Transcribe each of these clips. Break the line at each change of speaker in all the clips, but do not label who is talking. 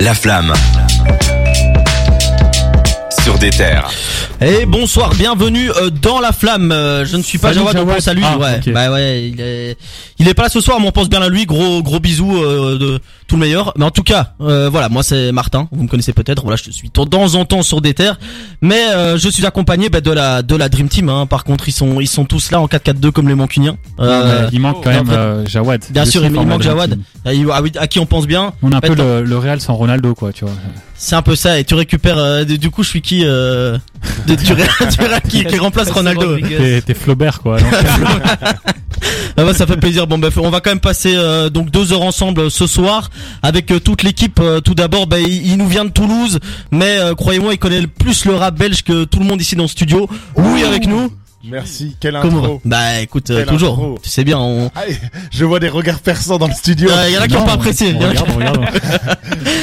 La flamme. Sur des terres.
Et Eh, bonsoir, bienvenue euh, dans la flamme. Euh, Je ne suis pas
Salut,
Jawad, on
Jawad.
pense à lui.
Ah,
ouais.
ok.
Bah ouais, il est, il est pas là ce soir, mais on pense bien à lui. Gros gros bisous euh, de tout le meilleur. Mais en tout cas, euh, voilà, moi c'est Martin. Vous me connaissez peut-être. Voilà, je suis de temps en temps sur des terres, mais euh, je suis accompagné bah, de la de la Dream Team. hein. Par contre, ils sont ils sont tous là en 4-4-2 comme les Mancuniens. Euh,
il manque
oh,
quand même
après-
euh, Jawad.
Bien
Je
sûr,
sais
il- il
former
manque
le
Jawad.
team.
à ah à qui on pense bien
On a un peu
Maintenant.
le, le Real sans Ronaldo, quoi, tu vois.
C'est un peu ça, et tu récupères. euh, du du coup, je suis qui euh, de- tu, ré- tu ré- qui, qui remplace Ronaldo.
T'es t'es Flaubert, quoi. non
Ah bah, ça fait plaisir. Bon, bah, on va quand même passer euh, donc deux heures ensemble euh, ce soir avec euh, toute l'équipe. Euh, tout d'abord, bah, il, il nous vient de Toulouse, mais euh, croyez-moi, il connaît le plus le rap belge que tout le monde ici dans le studio. Louis avec nous.
Merci, quelle
Comment
intro.
Bah, écoute, euh,
Quelle
toujours.
intro.
Tu sais bien. On...
Aïe, je vois des regards perçants dans le studio.
Euh, y en a qui
Non,
ont pas
on-
apprécié.
on
Y en a qui-
regarde, on regarde.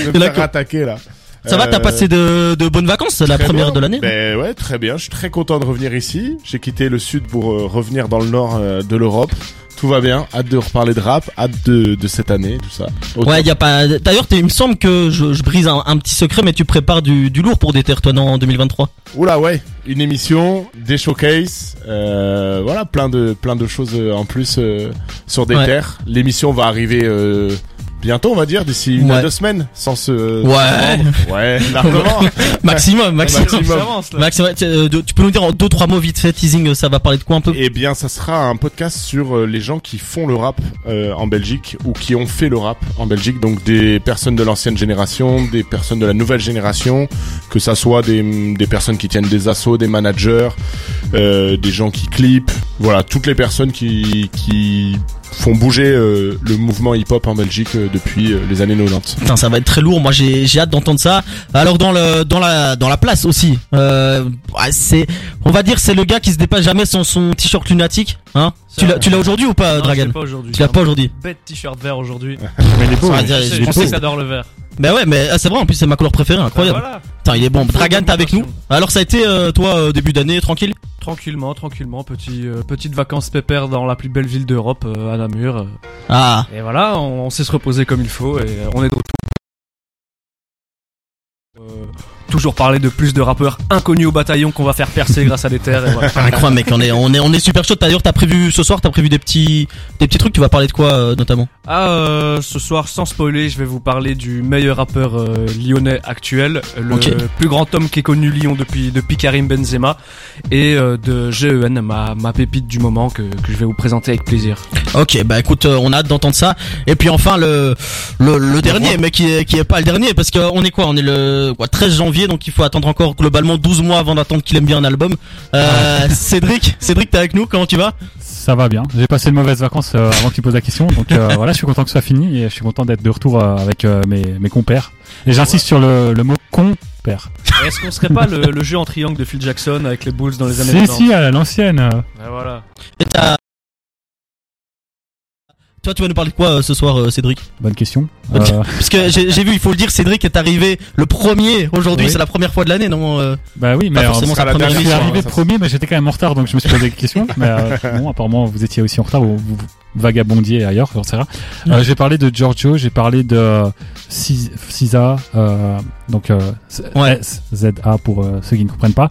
Je vais
y en
me
a
faire
qui-
attaquer là.
Ça va,
Euh,
t'as passé de, de bonnes vacances, la
très
première
bien.
de l'année.
Ben ouais, très bien. Je suis très content de revenir ici. J'ai quitté le sud pour euh, revenir dans le nord euh, de l'Europe. Tout va bien. Hâte de reparler de rap. Hâte de, de cette année, tout ça. Au
Ouais, y a pas. D'ailleurs, t'es- il me semble que je, je brise un, un petit secret, mais tu prépares du, du lourd pour des terres, toi, non, en 2023.
Oula ouais, une émission, des showcases, euh, voilà plein de plein de choses euh, en plus euh, sur des
Ouais.
terres. L'émission va arriver euh, bientôt, on va dire d'ici une
Ouais.
à deux semaines, sans ce
Ouais.
ouais largement.
Maximum, maximum.
Maximum.
maximum. Tu, euh, de- tu peux nous dire en deux trois mots vite fait teasing, euh, ça va parler de quoi un peu
Eh bien, ça sera un podcast sur euh, les gens qui font le rap euh, en Belgique ou qui ont fait le rap en Belgique. Donc des personnes de l'ancienne génération, des personnes de la nouvelle génération, que ça soit des, des personnes qui tiennent des assos, des managers, euh, des gens qui clipent. Voilà, toutes les personnes qui, qui font bouger euh, le mouvement hip-hop en Belgique euh, depuis euh, les années 90.
Putain, ça va être très lourd. Moi, j'ai j'ai hâte d'entendre ça. Alors dans le dans la dans la place aussi. Euh, ouais, c'est on va dire c'est le gars qui se dépasse jamais sans son t-shirt lunatique, hein
Ça,
Tu l'as
ouais.
tu l'as aujourd'hui ou pas,
Non, je
Dragan
l'ai pas aujourd'hui.
Tu l'as pas aujourd'hui.
Bête t-shirt vert aujourd'hui.
Mais il est beau. hein.
Ça va dire-
ouais.
Je
il
sais
est
je sais
beau.
que t'adores le vert.
Bah ouais, mais ah, c'est vrai. En plus, c'est ma couleur préférée. Incroyable.
Bah voilà.
Putain, il est bon. Dragan, t'es avec nous. Alors, ça a été euh, toi euh, début d'année tranquille
Tranquillement, tranquillement, petit, euh, petite vacances pépère dans la plus belle ville d'Europe, euh, à Namur. euh.
Ah.
Et voilà, on, on sait se reposer comme il faut et euh, on est de retour. Euh, toujours parler de plus de rappeurs inconnus au bataillon qu'on va faire percer grâce à des terres. Et voilà.
Ah, Incroyable mec, on est on est on est super chaud. D'ailleurs, t'as prévu ce soir, t'as prévu des petits des petits trucs. Tu vas parler de quoi euh, notamment
Ah, euh, ce soir, sans spoiler, je vais vous parler du meilleur rappeur euh, lyonnais actuel, le
Ok.
plus grand homme qui est connu Lyon depuis, depuis Karim Benzema, et euh, de GEN, ma, ma pépite du moment que, que je vais vous présenter avec plaisir.
Ok, bah écoute, euh, on a hâte d'entendre ça. Et puis enfin le le, le dernier, mais qui est qui est pas le dernier parce que euh, on est quoi On est le quoi, 13 janvier, donc il faut attendre encore globalement 12 mois avant d'attendre qu'il aime bien un album. Euh, Cédric, Cédric, t'es avec nous Comment tu vas
Ça va bien. J'ai passé de mauvaises vacances euh, avant que tu poses la question. Donc euh, voilà, je suis content que ce soit fini et je suis content d'être de retour euh, avec euh, mes, mes compères. Et j'insiste sur le, le mot compère.
Et Est-ce qu'on serait pas le, le jeu en triangle de Phil Jackson avec les Bulls dans les années
Si,
90?
si, à l'ancienne. euh.
Ouais, Ben voilà.
Et t'as- Toi, tu vas nous parler de quoi euh, ce soir, euh, Cédric
Bonne question.
Ok.
Euh,
Parce que j'ai j'ai vu, il faut le dire, Cédric est arrivé le premier aujourd'hui.
Oui.
C'est la première fois de l'année, non euh,
bah oui, mais
Pas
euh,
forcément
ce
sa
sera la
première
je suis
émission,
arrivé
hein, ça-
premier, mais j'étais quand même en retard, donc je me suis posé des questions. Mais euh, bon, apparemment, vous étiez aussi en retard, vous, vous vagabondiez ailleurs, etc. Euh, j'ai parlé de Giorgio, j'ai parlé de Cis- Cisa, euh, donc euh, Z-
Ouais.
ZA pour euh, ceux qui ne comprennent pas.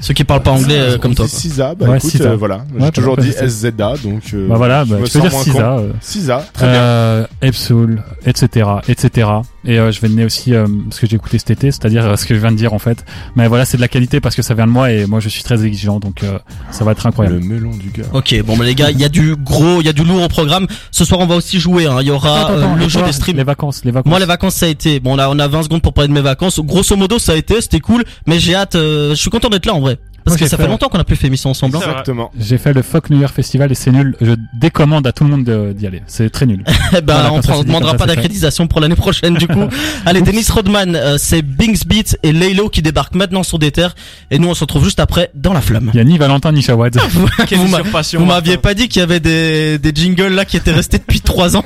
Ceux qui parlent pas anglais euh, comme toi.
C'est Sisa, bah
Ouais,
écoute,
Sisa.
euh, voilà,
Ouais,
j'ai toujours
bah,
dit
c'est-
SZA, donc euh,
bah voilà,
je
bah,
me
tu peux dire
sens moins con.
Cisa. euh,
Sisa, très bien.
euh, Epsoul, etc., etc. Et euh, je vais donner aussi euh, ce que j'ai écouté cet été, c'est-à-dire euh, ce que je viens de dire en fait. Mais voilà, c'est de la qualité parce que ça vient de moi et moi je suis très exigeant, donc euh, ça va être incroyable.
Le melon du gars.
Ok, bon bah, les gars, il y a du gros, il y a du lourd au programme. Ce soir, on va aussi jouer. hein. Il y aura
Ah,
Attends,
euh,
attends,
le
les
jeu
va-
des streams.
Les vacances, les vacances.
Moi, les vacances, ça a été. Bon, là, on a 20 secondes pour parler de mes vacances. Grosso modo, ça a été, c'était cool. Mais j'ai hâte. euh, je suis content d'être là en vrai, parce
Moi,
que
j'ai
ça fait
peur.
longtemps qu'on a plus fait émission ensemble. hein.
Ça va.
Exactement.
J'ai fait le Fuck New Year Festival et c'est nul. Je décommande à tout le monde de- d'y aller. C'est très nul.
Eh ben,
Voilà,
on
comme ça,
ne
c'est dit,
demandera
comme
pas
ça, c'est fait.
d'accréditation pour l'année prochaine, du coup. Allez, Dennis Rodman, euh, c'est Bings Beat et Laylo qui débarquent maintenant sur des terres. Et nous, on se retrouve juste après dans la flamme.
Il y a ni Valentin ni Shawad.
Ah,
Quelle
Vous m'a-
usurpation.
Vous m'aviez pas dit qu'il y avait des, des jingles là qui étaient restés depuis trois ans.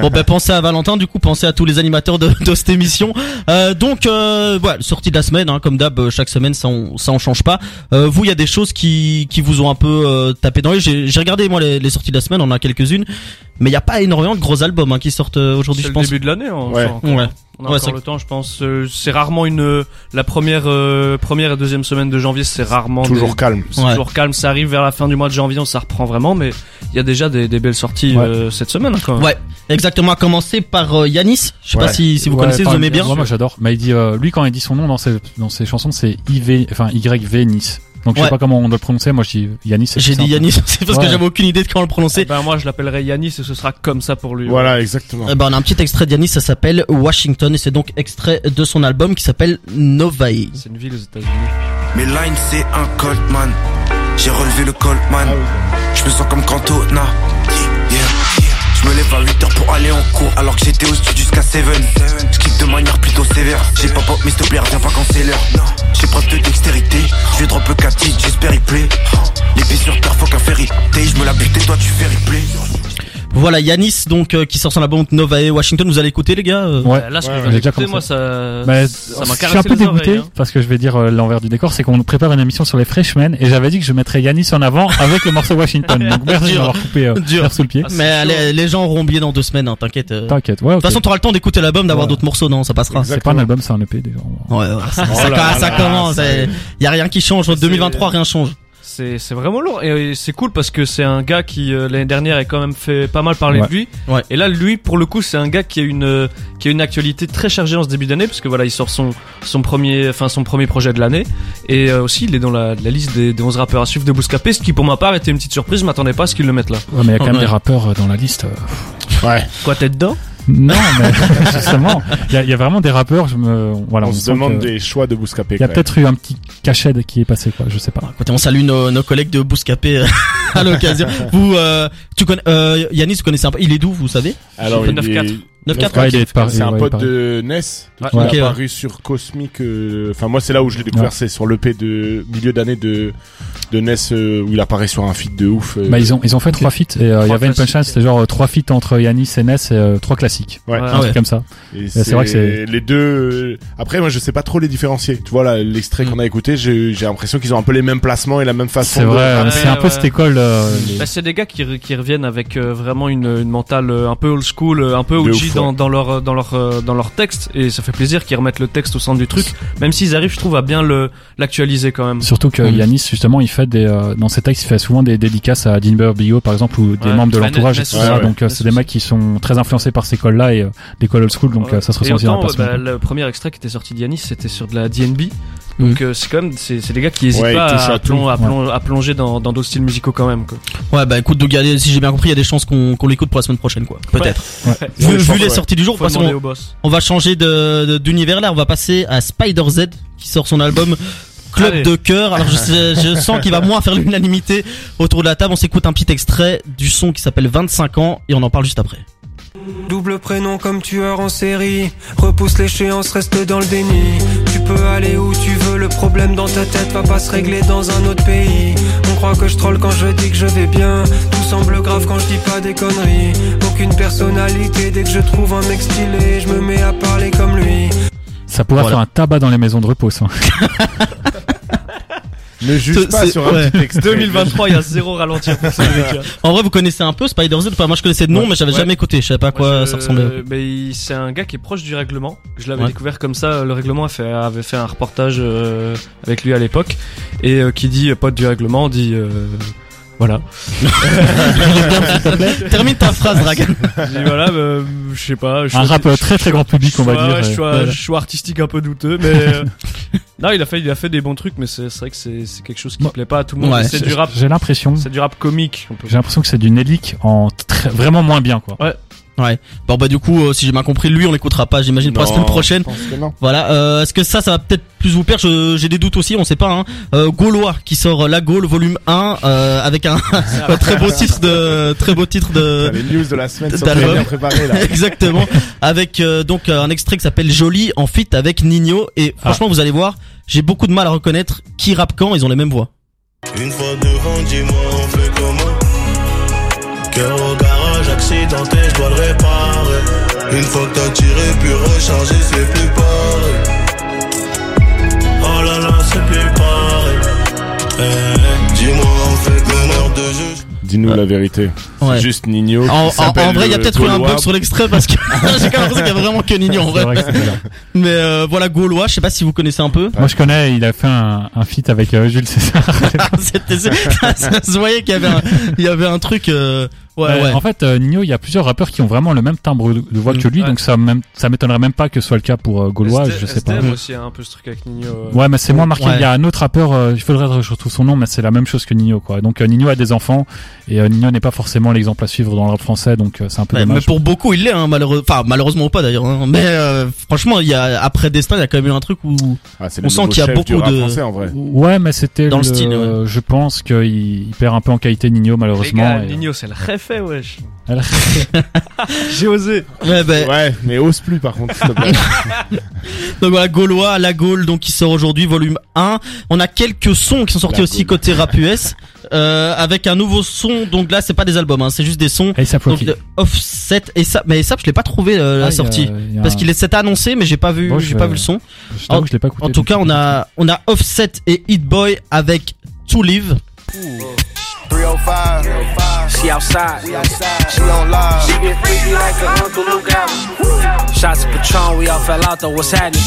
Bon ben pensez à Valentin, du coup pensez à tous les animateurs de, de cette émission. Euh, donc euh, voilà, sortie de la semaine, hein, comme d'hab euh, chaque semaine ça on, ça on change pas. Euh, vous il y a des choses qui, qui vous ont un peu euh, tapé dans les. J'ai j'ai regardé moi les, les sorties de la semaine, on en a quelques-unes. Mais il y a pas énormément de gros albums hein, qui sortent euh, aujourd'hui,
C'est
je
le
pense.
début de l'année. hein,
Ouais.
enfin,
Ouais.
On a
Ouais,
encore
c'est-
le temps, je pense. Euh, C'est rarement une euh, la première euh, première et deuxième semaine de janvier, c'est rarement des-
Toujours calme.
c'est
Ouais.
toujours calme. Ça arrive vers la fin du mois de janvier, on ça reprend vraiment, mais il y a déjà des, des belles sorties
Ouais.
euh, cette semaine. Quand même.
Ouais, exactement. À commencer par euh, Yanis. Je sais
Ouais.
pas si, si vous
Ouais,
connaissez, vous
enfin,
aimez bien.
Moi, moi, j'adore. Mais il dit, euh, lui, quand il dit son nom dans ses, dans ses chansons, c'est IV, enfin, YV Nice. Donc, je
Ouais.
sais pas comment on doit le prononcer. Moi, je dis Yanis. c'est
J'ai
plus
dit
simple.
Yanis, c'est parce que
Ouais.
j'avais aucune idée de comment le
Eh
prononcer.
ben moi, je l'appellerai Yanis et ce sera comme ça pour lui. hein.
Voilà, exactement.
Eh ben, on a un petit extrait de Yanis, ça s'appelle Washington et c'est donc extrait de son album qui s'appelle Novae.
C'est une ville aux États-Unis.
Mes lines c'est un Coltman J'ai relevé le Coltman Je me sens comme Cantona Yeah. Je me lève à 8h pour aller en cours Alors que j'étais au studio jusqu'à 7 Je kiffe de manière plutôt sévère J'ai pas pop mais s'il te plaît reviens pas quand c'est l'heure J'ai preuve de dextérité Je vais drop le catit j'espère y plaît L'épée sur terre faut qu'un ferry T'es je me la bute et toi tu fais replay
Voilà, Yanis, donc, euh, qui sort son album Novae Washington. Vous allez écouter, les gars? euh
Ouais.
Euh, Là, ce que
Ouais,
je
ouais.
viens
J'ai déjà
d'écouter,
commencé.
moi, ça,
Mais
ça
je
m'a
suis un
caressé
peu
les
dégoûté
oreilles, hein.
parce que je vais dire euh, l'envers du décor, c'est qu'on prépare une émission sur les Freshmen et j'avais dit que je mettrais Yanis en avant avec le morceau Washington. Donc merci de
Dur.
m'avoir coupé euh,
Dur.
l'herbe sous le pied.
Ah, c'est
Mais euh,
chaud.
les, les gens auront oublié dans deux semaines, hein, t'inquiète. euh. De toute
T'inquiète, ouais. ok.
façon, t'auras le temps d'écouter l'album, d'avoir
Ouais.
d'autres morceaux, non? Ça passera.
C'est pas un album, c'est un EP déjà.
Ouais, ouais, ça,
Oh
ça-
là
ça
là,
commence.
c'est-
euh, Y a rien qui change. En
C'est-
2023, rien change.
C'est c'est vraiment lourd et euh, c'est cool parce que c'est un gars qui euh, l'année dernière est quand même fait pas mal parler
Ouais.
de lui.
Ouais.
Et là lui pour le coup c'est un gars qui a une euh, qui a une actualité très chargée en ce début d'année parce que voilà il sort son son premier enfin son premier projet de l'année et euh, aussi il est dans la, la liste des, des 11 rappeurs à suivre de Bouscapé ce qui pour ma part était une petite surprise je m'attendais pas à ce qu'ils le mettent là.
Ouais, mais il y a quand
Ouais.
même des rappeurs euh, dans la liste. euh,
Ouais.
Quoi t'es dedans
Non, mais justement, il y, a- il y a vraiment des rappeurs. Je me, voilà,
on
sent
se demande
que-
des choix de Bouscapé.
Il y a
quand
peut-être eu un petit cachet qui est passé, quoi. Je sais pas.
Écoutez, on salue nos, nos collègues de Bouscapé euh, à l'occasion. vous, euh, tu connais, euh, Yanis, vous connaissez un peu. Il est d'où, vous savez?
même. Alors,
Je
il
suis
est-
9-4. Ah,
9-4?
Ouais, il est de Paris,
C'est un
ouais,
pote
Paris.
de Ness.
Ouais.
Il
Ouais.
est
Ok, ouais.
apparu sur Cosmic. euh, Enfin, moi, c'est là où je l'ai découvert.
Ouais.
C'est sur l'EP de milieu d'année de, de Ness euh, où il apparaît sur un feed de ouf. euh,
Bah, ils ont, ils ont fait trois feats et euh, il y
Trois
avait une punchline,
classiques.
c'était genre euh, trois feats entre Yanis et Ness et euh, trois classiques.
Ouais.
Ah Ouais.
Un truc comme ça.
Et
Bah, c'est vrai que c'est-
les deux. euh, Après, moi, je sais pas trop les différencier. Tu vois là, l'extrait
Mm.
qu'on a écouté, j'ai j'ai l'impression qu'ils ont un peu les mêmes placements et la même façon.
C'est
de-
vrai,
Ah Ouais,
euh, c'est un peu
ouais.
cette école. euh, les-
Bah, c'est des gars qui, qui reviennent avec euh, vraiment une, une mentale euh, un peu old school, euh, un peu
De
OG
ouf,
dans, dans leur euh, dans leur euh, dans leur texte et ça fait plaisir qu'ils remettent le texte au centre du truc, même s'ils arrivent je trouve à bien le l'actualiser quand même.
Surtout que
Mhm.
Yanis, justement, il fait des, euh, dans ses textes, il fait souvent des dédicaces à Dean Bio, par exemple, ou des
Ouais.
membres de
Ouais,
l'entourage,
Nas-
etc.
Nas-
Donc, euh,
Nas-
c'est des
Nas-
mecs qui sont très influencés par ces cols-là et euh, des cols old school, donc
Ouais.
euh, ça se
Et
ressent aussi dans la
autant,
personne.
bah, le premier extrait qui était sorti d'Yanis, c'était sur de la DNB. Donc euh, c'est quand même c'est c'est des gars qui hésitent
Ouais, ils
pas
touchent
à,
à tout,
plon- à
ouais.
plon- à plonger dans dans d'autres styles musicaux quand même. Quoi.
Ouais, bah écoute, donc, il y a- si j'ai bien compris, il y a des chances qu'on qu'on l'écoute pour la semaine prochaine, quoi. Peut-être.
Ouais.
Ouais,
Vu,
je
vu
pense,
les
ouais.
sorties du jour,
Faut
parce
demander
qu'on
au boss.
on va changer de- de- d'univers là. On va passer à Spider Z qui sort son album. Club
Allez.
de cœur. Alors je, sais- je sens qu'il va moins faire l'unanimité autour de la table. On s'écoute un petit extrait du son qui s'appelle 25 ans et on en parle juste après.
Double prénom comme tueur en série. Repousse l'échéance, reste dans le déni. Tu peux aller où tu veux, le problème dans ta tête va pas se régler dans un autre pays. On croit que je troll quand je dis que je vais bien. Tout semble grave quand je dis pas des conneries. Aucune personnalité, dès que je trouve un mec stylé, je me mets à parler comme lui.
Ça pourrait
Voilà.
faire un tabac dans les maisons de repos, ça.
Ne juge
C'est-
pas
c'est-
sur un
ouais.
petit extrait.
2023, il y a zéro ralentir pour ces gars.
En vrai, vous connaissez un peu Spider Z. Enfin, moi, je connaissais de nom, mais j'avais
Ouais.
jamais écouté. Je savais pas à quoi
Moi, je-
ça ressemblait.
mais il- c'est un gars qui est proche du règlement. Je l'avais
Ouais.
découvert comme ça. Le règlement a fait- avait fait un reportage euh, avec lui à l'époque et euh, qui dit euh, pote du règlement dit euh, voilà.
Termine ta phrase, Dragan.
Il dit voilà, euh, je sais pas. je
Un
suis-
rap euh, très très grand public,
je
on va
suis-
dire.
Je
euh,
suis,
voilà.
je suis artistique un peu douteux, mais euh, non, il a fait, il a fait des bons trucs, mais c'est c'est vrai que c'est c'est quelque chose qui
Moi-
plaît pas à tout le monde.
Ouais.
mais c'est
J'ai-
du rap,
J'ai l'impression,
c'est du rap comique. on peut-
j'ai l'impression que c'est du Nelik en très- vraiment moins bien, quoi.
Bon, bah, du coup, euh, si j'ai bien compris, lui, on l'écoutera pas, j'imagine, pour la
Non,
semaine prochaine.
je pense que non.
Voilà. Euh, Est-ce que ça, ça va peut-être plus vous perdre Je- J'ai des doutes aussi. On sait pas. Hein. Euh, Gaulois qui sort euh, La Gaule volume 1 euh, avec un, un très beau titre de très beau titre de
Euh,
Putain, Les news de la semaine sont
d'album.
très bien préparées là.
exactement avec euh, donc euh, un extrait qui s'appelle Jolie en fit avec Nino
Ah.
et franchement vous allez voir j'ai beaucoup de mal à reconnaître qui rappe quand ils ont les mêmes voix.
Une fois devant, dis-moi, on fait comment Cœur au garage, accidenté, je dois le réparer. Une fois que t'as tiré, puis rechargé, c'est plus pareil. Oh là eh. là, c'est plus pareil. Eh, eh, dis-moi, on fait comment de jeu
Dino Dis-nous la vérité.
Ouais.
C'est juste Nino. qui
En, en- en
s'appelle
vrai, il y a
le
peut-être eu un
Gaulois.
bug sur l'extrait parce que j'ai quand même l'impression qu'il y a vraiment que Nino en
C'est
vrai.
vrai que c'était là.
Mais euh, voilà, Gaulois, je sais pas si vous connaissez un peu.
Moi je connais, il a fait un, un feat avec euh, Jules César.
C'était- ça se voyait qu'il y avait un, il y avait un truc. euh, ouais,
Euh,
ouais.
En fait, euh, Nino, il y a plusieurs rappeurs qui ont vraiment le même timbre de de voix
Mm,
que lui,
ouais.
donc ça, même, ça m'étonnerait même pas que ce soit le cas pour euh, Gaulois, je sais pas.
SDM aussi a un peu ce truc avec Nino. euh,
Ouais, mais c'est moins marqué.
Ouais.
Il y a un autre rappeur, euh, il faudrait que je retrouve son nom, mais c'est la même chose que Nino, quoi. Donc euh, Nino a des enfants, et euh, Nino n'est pas forcément l'exemple à suivre dans le rap français, donc euh, c'est un peu
Ouais, mais
dommage.
pour beaucoup, il l'est, hein, malheureux. Enfin, malheureusement ou pas d'ailleurs. hein. Mais euh, franchement, il y a après Destin, il y a quand même eu un truc où
Ah, c'est le
on sent
nouveau
qu'il y a
chef du
beaucoup
rap
de-
français, en vrai.
Ouais, mais c'était
Dans le style, ouais.
Je pense qu'il il perd un peu en qualité Nino,
Les
malheureusement.
gars,
et- euh,
Nino, c'est le refait, wesh.
Elle-
J'ai osé.
Ouais, ben,
Ouais, mais ose plus par contre, s'il te plaît.
Donc voilà, euh, Gaulois, La Gaule, donc qui sort aujourd'hui, volume 1. On a quelques sons qui sont sortis
La
aussi
Gaule.
côté rap US, euh, avec un nouveau son. Donc là, c'est pas des albums, hein, c'est juste des sons.
Et ça Ah,
Donc de Offset et ça, mais ça, je l'ai pas trouvé euh, la sortie. Parce qu'il est s'est annoncé, mais j'ai pas vu,
Bon, je
j'ai
vais-
pas vu le son.
Je t'avoue, je l'ai pas écouté.
En tout cas, on a, on a Offset et Hit Boy avec To Live.
305. She oh outside. She on live. She get freaky like an Uncle Luke album. Shots of Patron, we all fell out though. What's happening?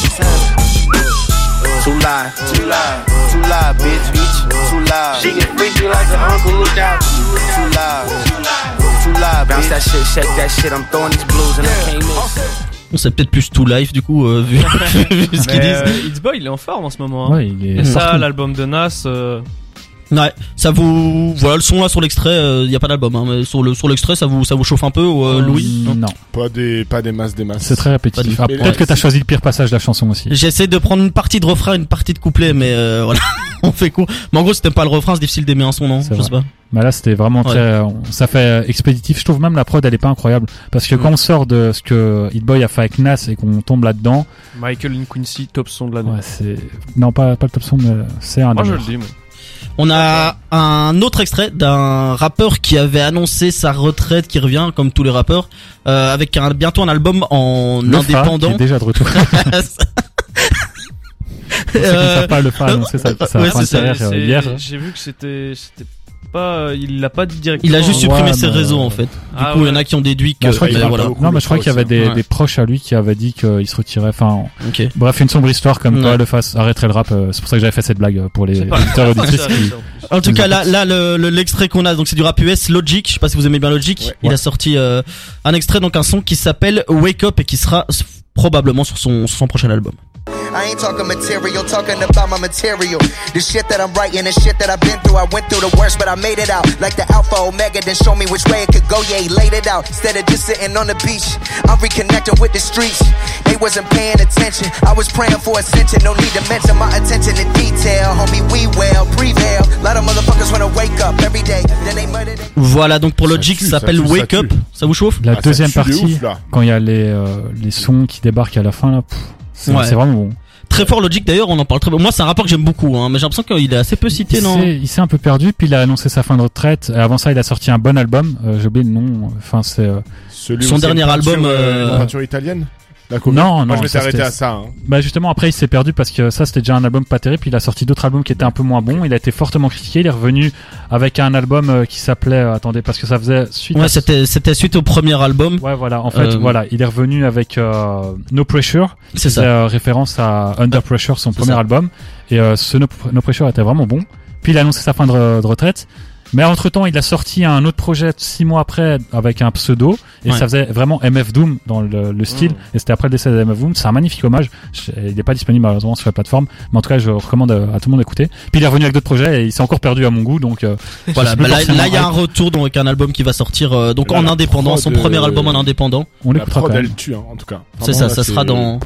Too live. Too live. Too live, bitch. bitch. Too live. She get freaky like an Uncle Luke album. Too live. Too live, Bounce that shit, shake that shit. I'm throwing these blues and I can't miss.
On sait peut-être plus To Life du coup, euh, vu, vu ce qu'ils
Mais,
disent.
euh, It's Boy, il est en forme en ce moment. hein.
Ouais, il
Et
est.
ça,
partout.
l'album de Nas. euh,
Ouais, ça vous, voilà le son là sur l'extrait, il y a pas d'album, hein, mais sur le sur l'extrait, ça vous ça vous chauffe un peu, ou, euh, Louis. non
Non,
Pas des, pas des masses, des masses.
c'est très répétitif.
Pas
Ah,
du-
Peut-être
Ouais.
que t'as choisi le pire passage de la chanson aussi.
J'essaie de prendre une partie de refrain, une partie de couplet, mais euh, voilà, on fait court. Mais en gros, si t'aimes pas le refrain, c'est difficile d'aimer un son, non Je
C'est
sais pas.
Mais là, c'était vraiment
Ouais.
très, euh, ça fait euh, expéditif. Je trouve même la prod, elle est pas incroyable. Parce que
Mm.
quand on sort de ce que Hit Boy a fait avec Nas et qu'on tombe là-dedans,
Michael and Quincy, top son de l'année.
ouais, c'est, non, pas, pas le top son, mais c'est un
Moi, je
des
le
meilleurs.
dis, moi.
On a un autre extrait d'un rappeur qui avait annoncé sa retraite, qui revient comme tous les rappeurs, euh, avec un, bientôt un album en
Le Fa, qui
indépendant.
est déjà de retour. Pour ceux qui ne
Euh,
savent pas, le Fa a annoncé sa, sa
ouais, c'est
fin de
ça,
carrière
C'est-
euh, hier.
J'ai vu que c'était, c'était pas, euh, il l'a pas dit directement. hein.
il a juste
Ouais,
supprimé ses
mais-
réseaux en fait. Du
Ah
coup, il y en
ouais.
a qui ont déduit que.
Non, Bah, je crois
Ouais,
qu'il
mais
y a-
voilà.
beaucoup
non, mais
de
je crois
fois
qu'il y avait
aussi,
des,
ouais.
des proches à lui qui avaient dit qu'il se retirait. Enfin,
hein. Ok.
bref, une sombre histoire comme
Ouais.
quoi le face arrêterait le rap. euh, C'est pour ça que j'avais fait cette blague euh, pour les
C'est pas-
auditeurs et
Ça,
auditrices.
Ah, ça,
qui-
ça, en plus.
En tout
Nous
cas,
en
là, là, le le- l'extrait qu'on a, donc c'est du rap US, Logic. Je sais pas si vous aimez bien Logic.
Ouais.
Il
Ouais.
a sorti euh, un extrait, donc un son qui s'appelle Wake Up et qui sera s- probablement sur son, sur son prochain album.
I ain't talking material, talking about my material. The shit that I'm writing, the shit that I've been through. I went through the worst, but I made it out. Like the Alpha Omega, then show me which way it could go. Yeah, he laid it out. Instead of just sitting on the beach, I'm reconnecting with the streets. They wasn't paying attention. I was praying for ascension. No need to mention my attention to detail. Homie, we well, prevail. lot of motherfuckers wanna wake up every day. Then they murder they-
Voilà, donc pour
Ça
Logic,
tue,
ça
ça
s'appelle
tue, ça
Wake
tue.
Up. Ça vous chauffe
La
Ah, ça
deuxième
tue de
partie,
ouf, là.
quand il y a les, euh, les sons qui débarquent à la fin, là, pff, c'est
Ouais.
c'est vraiment bon.
Très fort Logic d'ailleurs, on en parle très peu. Moi, c'est un rapport que j'aime beaucoup, hein, mais j'ai l'impression qu'il est assez peu cité,
il
non
s'est- il s'est un peu perdu, puis il a annoncé sa fin de retraite. Et avant ça, il a sorti un bon album. Euh, J'ai oublié le nom. Enfin, c'est. euh,
Celui
Son
où c'est
dernier
une peinture,
album,
euh,
euh,
une Peinture italienne La coupe.
Non,
Moi,
non,
je m'étais
ça,
arrêté
c'était-
à ça. hein.
Bah justement après il s'est perdu parce que ça c'était déjà un album pas terrible, il a sorti d'autres albums qui étaient un peu moins bons, il a été fortement critiqué, il est revenu avec un album euh, qui s'appelait euh, attendez parce que ça faisait suite à-
Ouais, c'était c'était suite au premier album.
Ouais voilà, en fait
Euh,
voilà, il est revenu avec euh, No Pressure,
C'est
c'est
ça.
référence à Under Pressure, son
C'est
premier
ça.
album et euh, ce no, No Pressure était vraiment bon. Puis il a annoncé sa fin de, re- de retraite. Mais entre-temps, il a sorti un autre projet six mois après avec un pseudo et
Ouais.
ça faisait vraiment MF Doom dans le, le style.
Mm.
Et c'était après le décès de MF Doom. C'est un magnifique hommage. Je- il n'est pas disponible malheureusement sur la plateforme, mais en tout cas, je recommande euh, à tout le monde d'écouter. Puis il est revenu avec d'autres projets et il s'est encore perdu à mon goût. Donc euh,
Voilà,
je sais
bah
pas
là,
forcément
là, il y a un retour donc avec un album qui va sortir euh, donc
Là,
en
la
indépendant, son
prod,
premier album en
euh,
indépendant.
on
La
l'écoutera
prod,
quand même.
elle tue, hein, en tout cas.
C'est
Vraiment,
ça,
là,
ça
c'est-
sera dans,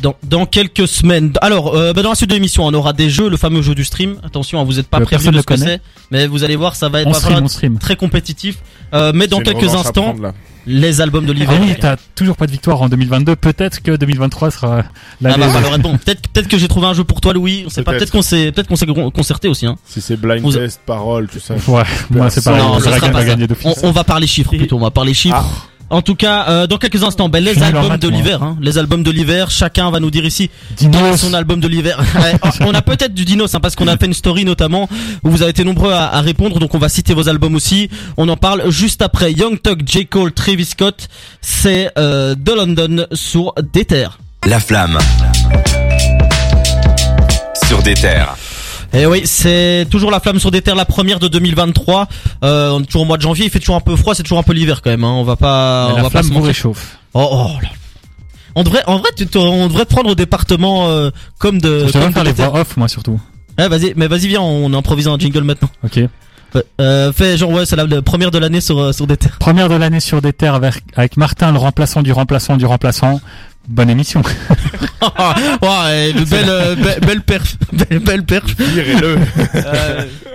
dans dans quelques semaines. Alors, euh, bah, dans la suite de l'émission, on aura des jeux, le fameux jeu du stream. Attention, hein, vous n'êtes pas
Euh,
prévenu
personne
de
le
ce que
connaît.
c'est, mais vous allez voir, ça va être
On
va
stream,
falloir
on
être
stream.
très compétitif. Euh, mais dans
C'est une
quelques
revanche à
instants,
prendre, là.
les albums de
Ah
l'hiver.
oui, t'as toujours pas de victoire en 2022. Peut-être que 2023 sera l'année.
Ah bah, bah, alors, attends, peut-être peut-être que j'ai trouvé un jeu pour toi, Louis. On sait pas.
Peut-être.
Peut-être qu'on s'est peut-être qu'on s'est con- concerté aussi. Hein.
Si c'est blind
Vous-
test, parole, tout ça.
Ouais, moi c'est
Non,
pareil,
non,
on
ce
verra
sera
qui
pas
va
ça.
gagner
On,
d'office.
on va parler chiffres plutôt. On va parler chiffres.
Ah.
En tout cas, euh, dans quelques instants, ben, les
Fini leur
albums
maths,
de
moi.
l'hiver, hein, les albums de l'hiver, chacun va nous dire ici quel est
Dinos.
son album de l'hiver. Ouais, on a peut-être du Dinos, hein, parce qu'on a fait une story notamment où vous avez été nombreux à, à répondre, donc on va citer vos albums aussi. On en parle juste après. Young Tuck, J. Cole, Travis Scott, c'est euh, de London sur des terres.
La flamme. Sur des terres.
Et Eh oui, c'est toujours la flamme sur des terres, la première de 2023. Euh, on est toujours au mois de janvier, il fait toujours un peu froid, c'est toujours un peu l'hiver quand même. Hein. On va pas, on va
la
pas
flamme
se
vous
mentir.
réchauffe.
Oh, oh là. On devrait, en vrai, tu te- on devrait te prendre au département euh, comme de.
Je vais
comme
faire
de
les
terres.
voix off, moi surtout.
Ouais, Eh, vas-y, mais vas-y, viens, on improvise un jingle maintenant.
Ok.
Ouais, Euh, fais genre ouais, c'est la, la première de l'année sur euh, sur des terres.
Première de l'année sur des terres avec, avec Martin, le remplaçant du remplaçant du remplaçant. Bonne émission.
ouais, belle, euh, be- belle perf, belle, belle perf.
Virez-le.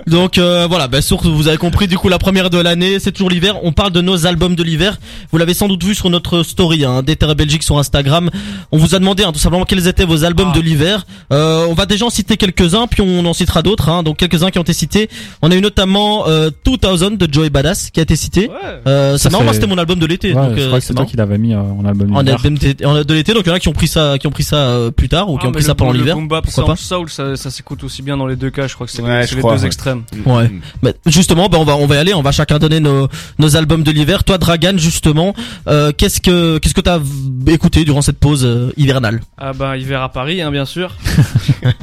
Donc euh, voilà, bah, sûr que vous avez compris du coup la première de l'année, c'est toujours l'hiver. On parle de nos albums de l'hiver. Vous l'avez sans doute vu sur notre story, hein, des Terres Belgique sur Instagram. On vous a demandé hein, tout simplement quels étaient vos albums de l'hiver. Euh, on va déjà en citer quelques-uns, puis on en citera d'autres. hein. donc quelques-uns qui ont été cités. On a eu notamment euh, 2000 de Joey Badass qui a été cité. Euh, c'est
Ça,
marrant,
c'est-
moi c'était mon album de l'été.
Ouais,
donc,
je
euh,
crois que
c'est
c'est toi
marrant.
qui l'avais mis euh, en album.
En
d'hiver.
album d'été- en album de l'été, donc il y en a qui ont pris ça, qui ont pris ça euh, plus tard
Ah,
ou qui ont pris ça pendant l'hiver. pourquoi
Pourquoi
pas
pas Soul, ça, ça s'écoute aussi bien dans les deux cas. Je crois que c'est les-
Ouais,
c'est
je
les,
crois,
deux
ouais.
extrêmes.
Ouais. Mais justement, bah on va on va y aller, on va chacun donner nos nos albums de l'hiver. Toi, Dragan, justement, euh, qu'est-ce que qu'est-ce que t'as v- écouté durant cette pause euh, hivernale
Ah bah hiver à Paris, hein, bien sûr.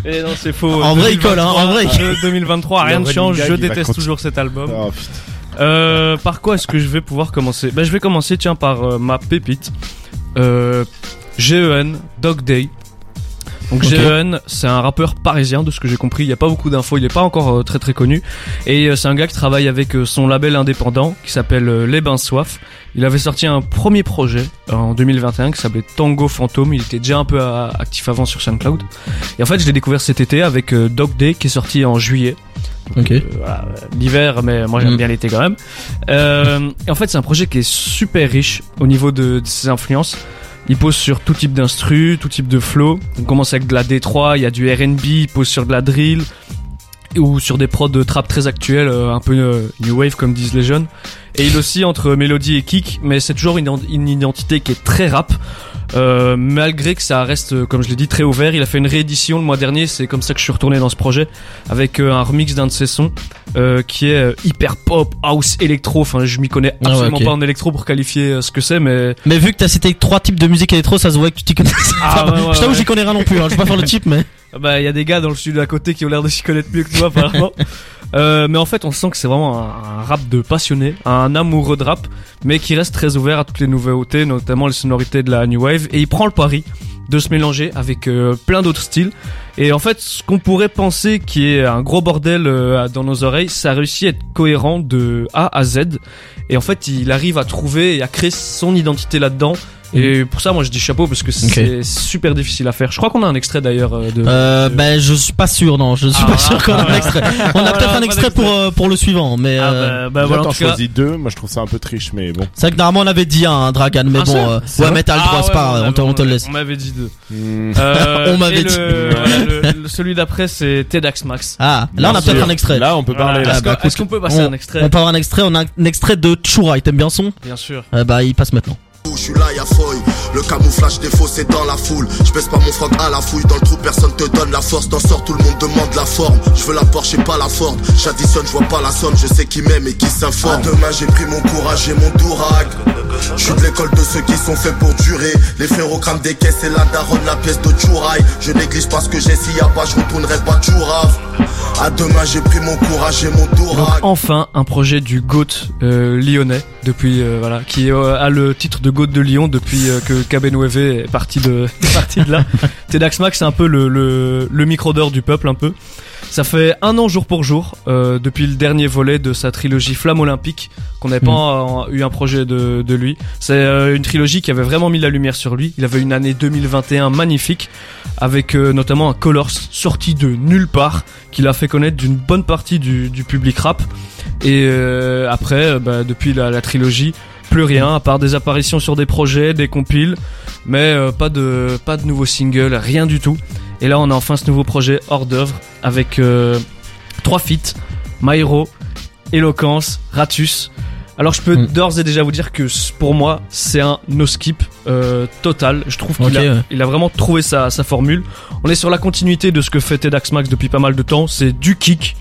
Et non, c'est faux.
En vrai, il colle, hein, en vrai.
2023, euh, 2023, rien
Le
ne
running
change.
gag,
Je
il va
déteste
continuer.
toujours cet album.
Oh, putain.
Euh, par quoi est-ce que je vais pouvoir commencer Bah, je vais commencer, tiens, par euh, ma pépite. Euh, GEN, Dog Day. Donc GEN, c'est un rappeur parisien, de ce que j'ai compris. Il n'y a pas beaucoup d'infos, il n'est pas encore euh, très très connu. Et euh, c'est un gars qui travaille avec euh, son label indépendant, qui s'appelle euh, Les Bains Soif. Il avait sorti un premier projet euh, en 2021 qui s'appelait Tango Fantôme. Il était déjà un peu euh, actif avant sur SoundCloud. Et en fait, je l'ai découvert cet été avec euh, Dog Day, qui est sorti en juillet.
Ok.
Euh, voilà, l'hiver, mais moi j'aime
Mm.
bien l'été quand même. Euh, et en fait, c'est un projet qui est super riche au niveau de, de ses influences. Il pose sur tout type d'instru, tout type de flow. On commence avec de la D3, il y a du RB, il pose sur de la drill ou sur des prods de trap très actuels, euh, un peu euh, new wave comme disent les jeunes. Et il aussi entre mélodie et kick, mais c'est toujours une, une identité qui est très rap. Euh, malgré que ça reste, euh, comme je l'ai dit, très ouvert, il a fait une réédition le mois dernier. C'est comme ça que je suis retourné dans ce projet avec euh, un remix d'un de ses sons euh, qui est euh, hyper pop, house, électro. Enfin, je m'y connais
Ah ouais,
absolument
ok.
pas en électro pour qualifier euh, ce que c'est, mais
Mais vu que t'as cité trois types de musique électro, ça se voit que tu t'y connais.
Ah, ouais, ouais,
je t'avoue,
ouais.
j'y connais rien non plus. Hein, je vais pas faire le type, mais
Bah, il y a des gars dans le sud à côté qui ont l'air de s'y connaître mieux que toi, apparemment. Euh, mais en fait, on sent que c'est vraiment un, un rap de passionné, un amoureux de rap, mais qui reste très ouvert à toutes les nouveautés, notamment les sonorités de la New Wave. Et il prend le pari de se mélanger avec euh, plein d'autres styles. Et en fait, ce qu'on pourrait penser qui est un gros bordel euh, dans nos oreilles, ça réussit à être cohérent de A à Z. Et en fait, il arrive à trouver et à créer son identité là-dedans. Et pour ça, moi, je dis chapeau parce que c'est super difficile à faire. Je crois qu'on a un extrait d'ailleurs euh, de.
euh, ben je suis pas sûr, non, je suis
Ah,
pas sûr qu'on a
ah,
un extrait. On a
Ah,
peut-être
voilà,
un
pas
extrait pour euh, pour le suivant, mais
Ah
euh,
bah, bah
Déjà,
voilà, en
t'en
tout cas,
choisis deux. Moi, je trouve ça un peu triche, mais bon.
c'est vrai que normalement on avait dit un hein, Dragan, mais
Un
bon,
seul
euh,
C'est
ouais,
vrai
mais t'as le droit,
Ah
c'est
ouais,
pas, grave, on, te, on te le laisse.
On m'avait dit deux.
Hmm.
Euh,
On m'avait
et
dit.
le- voilà, le- le- celui d'après, c'est TEDx Max.
Ah, là on a
Bien
peut-être
sûr.
un extrait.
Là, on peut parler. là.
Voilà. Est-ce qu'on-
bah,
est-ce qu'on peut passer un
On
extrait
peut avoir un extrait, on a un extrait de Chura, t'aimes bien son
Bien sûr.
Euh, Bah il passe maintenant.
Je suis là, y'a feuille. Le camouflage des faux, c'est dans la foule. Je baisse pas mon froc à la fouille. Dans le trou, personne te donne la force. T'en sors, tout le monde demande la forme. Je veux la Porsche et pas la Ford. J'additionne, je vois pas la somme. Je sais qui m'aime et qui s'informe. À Demain, j'ai pris mon courage et mon dourac. Je suis de l'école de ceux qui sont faits pour durer. Les frérots crament des caisses et la daronne, la pièce de Chouraille. Je néglige pas ce que j'ai. S'il y a pas, je retournerai pas de Chourave. À demain, j'ai pris mon courage et mon
Donc
dourac.
enfin un projet du GOAT euh, lyonnais depuis euh, voilà qui euh, a le titre de GOAT de Lyon depuis euh, que Cabenueve est parti de est parti de là. Tedax Max c'est un peu le le, le micro d'or du peuple un peu. Ça fait un an jour pour jour euh, depuis le dernier volet de sa trilogie Flamme Olympique qu'on n'avait pas euh, eu un projet de, de lui. C'est euh, une trilogie qui avait vraiment mis la lumière sur lui. Il avait une année 2021 magnifique avec euh, notamment un Colors sorti de nulle part qui l'a fait connaître d'une bonne partie du, du public rap. Et euh, après, euh, bah, depuis la, la trilogie, plus rien, à part des apparitions sur des projets, des compiles, mais euh, pas de pas de nouveau single, rien du tout. Et là, on a enfin ce nouveau projet hors d'œuvre avec euh, trois feats, Myro, Eloquence, Ratus. Alors je peux
Mm.
d'ores et déjà vous dire que c- pour moi c'est un no skip euh, total. Je trouve qu'il
Ok,
a,
ouais.
il a vraiment trouvé sa, sa formule. On est sur la continuité de ce que fait Ted Max depuis pas mal de temps. C'est du kick,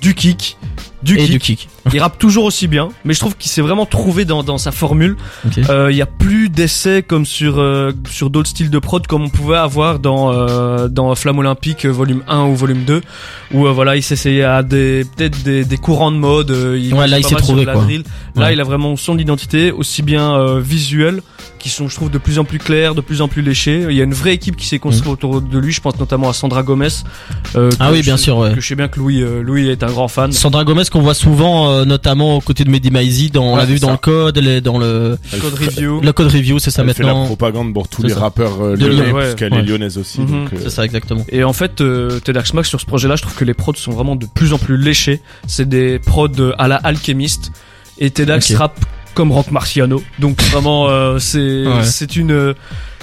du kick, du
Et
kick.
du kick.
Il rappe toujours aussi bien, mais je trouve qu'il s'est vraiment trouvé dans, dans sa formule.
Ok.
Euh, Il y a plus d'essais comme sur euh, sur d'autres styles de prod comme on pouvait avoir dans euh, dans Flamme Olympique euh, volume 1 ou volume 2 où euh, voilà il s'essayait à des peut-être des, des courants de mode. euh, il
Ouais,
marche
là, il
pas
s'est
mal sur
trouvé,
de la
quoi.
drill. Là
Ouais.
il a vraiment son identité aussi bien euh, visuelle qui sont je trouve de plus en plus claires, de plus en plus léchées. Il y a une vraie équipe qui s'est construite autour de lui. Je pense notamment à Sandra Gomez. euh,
Mm. Ah
que
oui,
je-
bien sûr, ouais.
Que je sais bien que Louis euh, Louis est un grand fan.
Sandra Gomez qu'on voit souvent, euh, notamment aux côtés de Mehdi Maizi, dans, on
Ouais,
l'a vu
c'est
dans
ça.
le code, les- dans le,
Elle
Code
fait-
review.
le code review, c'est ça
Elle fait la
maintenant.
propagande pour tous
C'est
les
ça.
rappeurs euh,
De
lyonnais,
Lyon, ouais.
parce qu'elle
Ouais.
est lyonnaise aussi.
Mhm.
donc, euh,
C'est ça, exactement.
Et en fait, euh, TEDx Max sur ce projet-là, je trouve que les prods sont vraiment de plus en plus léchés. C'est des prods euh, à la alchimiste. Et TEDx
Ok.
rappe comme Rock Marciano. Donc vraiment, euh, c'est
Ouais.
c'est une euh,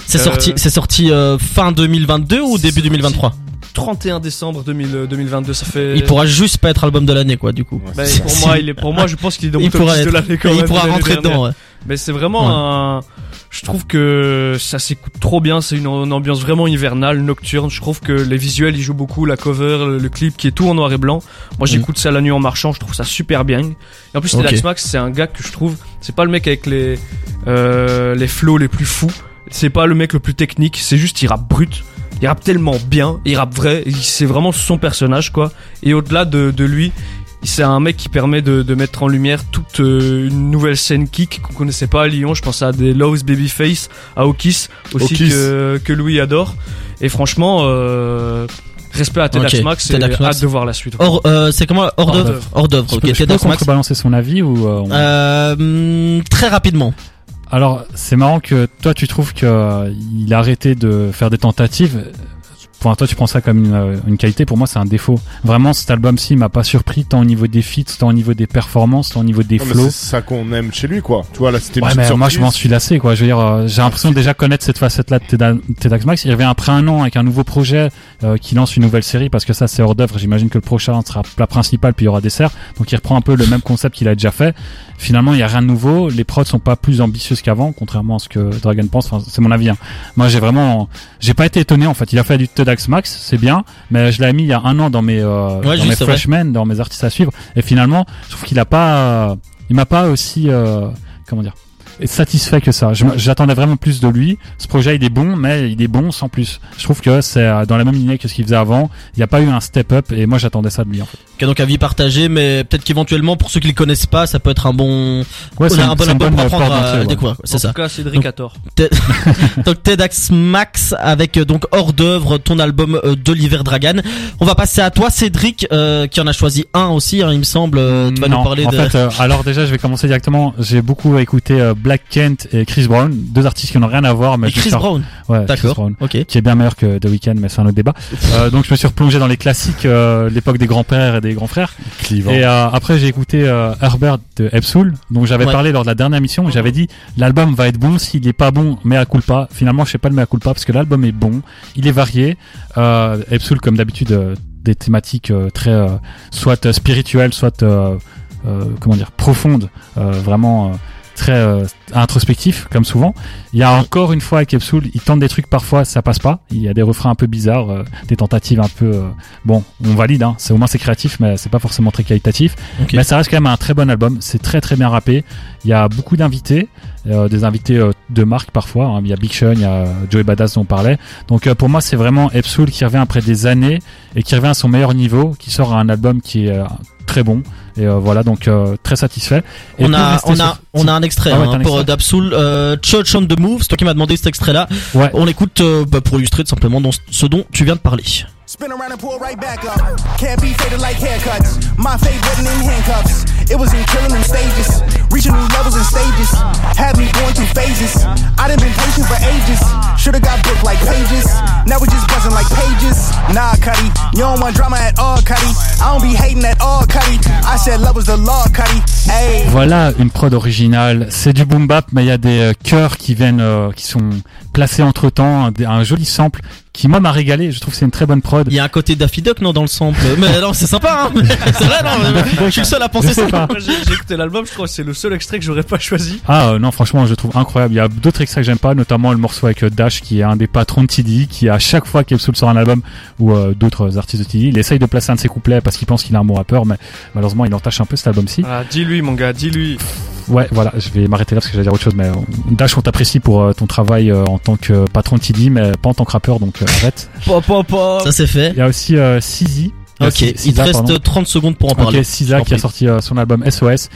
C'est
Euh,
sorti, c'est sorti euh, fin 2022 ou
c'est
début
sorti
2023
31 décembre 2000, euh, 2022. Ça fait.
Il pourra juste pas être album de l'année, quoi, du coup.
Ouais,
Bah,
c'est
pour moi, il est pour moi, je pense qu'il est dans mon
Il
top
pourra
10 de
être-
l'année quand
Et il
même,
pourra
de l'année
rentrer
dernière.
dedans. ouais.
Mais c'est vraiment un. Je trouve que ça s'écoute trop bien. C'est une, une ambiance vraiment hivernale, nocturne. Je trouve que les visuels, ils jouent beaucoup. La cover, le, le clip qui est tout en noir et blanc. Moi, j'écoute ça la nuit en marchant. Je trouve ça super bien. Et en plus,
Mm. Ok.
Tedax Max, c'est un gars que je trouve. C'est pas le mec avec les euh, les flows les plus fous. C'est pas le mec le plus technique. C'est juste, il rappe brut. Il rappe tellement bien. Il rappe vrai. Il- C'est vraiment son personnage, quoi. Et au-delà de, de lui, c'est un mec qui permet de, de mettre en lumière toute euh, une nouvelle scène kick qu'on connaissait pas à Lyon. Je pense à des Lowe's Babyface, à Okis aussi
Okis.
que, que Louis adore. Et franchement, euh, respect à Tedax
Ok,
Max et
Tedax Max.
hâte de voir la suite.
Hors, euh, c'est comment Hors
Hors
d'œuvre.
d'œuvre.
Hors d'œuvre.
Je
Ok,
peux, je peux
Tedax Max.
contrebalancer son avis ou euh, on-
Euh, hum, très rapidement.
Alors, c'est marrant que toi, tu trouves que euh, il a arrêté de faire des tentatives. Enfin, toi, tu prends ça comme une, euh, une qualité. Pour moi, c'est un défaut. Vraiment, cet album-ci il m'a pas surpris, tant au niveau des feats, tant au niveau des performances, tant au niveau des
Non, mais
flows.
c'est ça qu'on aime chez lui, quoi. Tu vois, là, c'était une
Ouais,
petite
mais moi, je
surprise. Ah,
m'en suis lassé, quoi. Je veux dire, euh, j'ai l'impression de déjà connaître cette facette-là de Teda- TEDx Max. Il revient après un an avec un nouveau projet euh, qui lance une nouvelle série parce que ça, c'est hors d'œuvre. J'imagine que le prochain sera plat principal puis il y aura dessert. Donc, il reprend un peu le même concept qu'il a déjà fait. Finalement, il y a rien de nouveau. Les prods sont pas plus ambitieuses qu'avant, contrairement à ce que Dragon pense. Enfin, c'est mon avis. hein. Moi, j'ai vraiment, j'ai pas été étonné en fait. Il a fait du TEDx Max, c'est bien, mais je l'ai mis il y a un an dans mes, euh,
Ouais,
dans
juste,
mes
c'est vrai.
freshmen, dans mes artistes à suivre. Et finalement, je trouve qu'il a pas, euh, il m'a pas aussi, euh, comment dire est satisfait que ça. Je- J'attendais vraiment plus de lui. Ce projet, il est bon, mais il est bon sans plus. Je trouve que c'est euh, dans la même lignée que ce qu'il faisait avant. Il n'y a pas eu un step up et moi j'attendais ça de lui. En fait.
Ok, donc avis partagé, mais peut-être qu'éventuellement pour ceux qui le connaissent pas, ça peut être un bon,
Ouais,
on a un bon
c'est une
album
bonne,
pour
euh,
apprendre
porte
à
d'entrée, ouais.
découvrir. C'est
en
ça.
tout cas, Cédric a tort.
Donc TEDx Max avec euh, donc hors d'œuvre ton album euh, d'Oliver Dragan. On va passer à toi Cédric euh, qui en a choisi un aussi, hein, il me semble. euh, tu vas
Non,
nous parler
en
de.
fait, euh, alors déjà, je vais commencer directement. J'ai beaucoup écouté euh, Black Kent et Chris Brown, deux artistes qui n'ont rien à voir, mais
Et
je me
Chris
suis-
Brown.
Ouais, Chris
D'accord.
Brown,
Ok.
qui est bien meilleur que The Weeknd, mais c'est un autre débat. Euh, donc, je me suis replongé dans les classiques, euh, l'époque des grands-pères et des grands-frères.
Clivant.
Et euh, après, j'ai écouté euh, Herbert de Epsoul, dont j'avais
Ouais.
parlé lors de la dernière mission. où J'avais dit l'album va être bon s'il est pas bon, mais à culpa. Finalement, je sais pas le mais à culpa parce que l'album est bon, il est varié. Euh, Epsoul, comme d'habitude, euh, des thématiques euh, très euh, soit euh, spirituelles, soit euh, euh, comment dire profondes, euh, vraiment. euh, très euh, introspectif comme souvent il y a encore une fois avec Epsoul il tente des trucs parfois ça passe pas il y a des refrains un peu bizarres euh, des tentatives un peu euh, bon on valide hein. c'est au moins c'est créatif mais c'est pas forcément très qualitatif
Ok.
mais ça reste quand même un très bon album. C'est très très bien rappé. Il y a beaucoup d'invités, euh, des invités euh, de marque parfois. hein. Il y a Big Sean, il y a euh, Joey Badass dont on parlait. Donc euh, pour moi, c'est vraiment Epsoul qui revient après des années et qui revient à son meilleur niveau, qui sort un album qui est euh, très bon. Et euh, voilà, donc euh, très satisfait. Et
On
pour
a,
rester
on
sur-
a, on a un extrait
Ah ouais,
hein,
t'as un
pour
extrait.
Dabsoul, euh, Church on the Move. C'est toi qui m'as demandé cet extrait-là.
Ouais.
On l'écoute euh, bah, pour illustrer tout simplement dans ce dont tu viens de parler.
Spin around and pull right back up. Can't be faded like haircuts. My fade wasn't in handcuffs. It was in killing them stages. Reaching new levels and stages. Had me going through phases. I done been patient for ages. Should've got booked like pages. Now we just buzzing like pages. Nah, Cuddy. You don't want drama at all, Cuddy. I don't be hating at all, Cuddy. I said love was the law, Cuddy. Ayy.
Voilà une prod originale. C'est du boom bap, mais il y a des euh, chœurs qui viennent, euh, qui sont placés entre temps, un, un joli sample qui moi m'a régalé. Je trouve que c'est une très bonne prod.
Il y a un côté Daffy Duck non dans le sample. Mais non, c'est sympa. Hein Mais c'est vrai, non, mais- je suis le seul à penser ça.
Moi, J'ai j'ai écouté l'album, je crois que c'est le seul extrait que j'aurais pas choisi.
Ah euh, non, franchement, je le trouve incroyable. Il y a d'autres extraits que j'aime pas, notamment le morceau avec euh, Dash, qui est un des patrons de TDI, qui à chaque fois qu'Epsoul sort un album ou euh, d'autres artistes de TDI, il essaye de placer un de ses couplets parce qu'il pense qu'il a un bon rappeur, mais malheureusement, il en tâche un peu cet album-ci.
Ah, dis-lui, mon gars, dis-lui.
Ouais, voilà, je vais m'arrêter là parce que j'allais dire autre chose, mais euh, Dash, on t'apprécie pour euh, ton travail euh, en tant que euh, patron de TDI, mais pas en tant que rappeur, donc euh, arrête.
Ça c'est fait.
Il y a aussi euh, Sizi. Euh,
Ok,
Si-
il te
Siza,
reste
pardon.
30 secondes pour en parler.
Ok, Siza
Je t'en
qui a
prie.
sorti euh, son album SOS.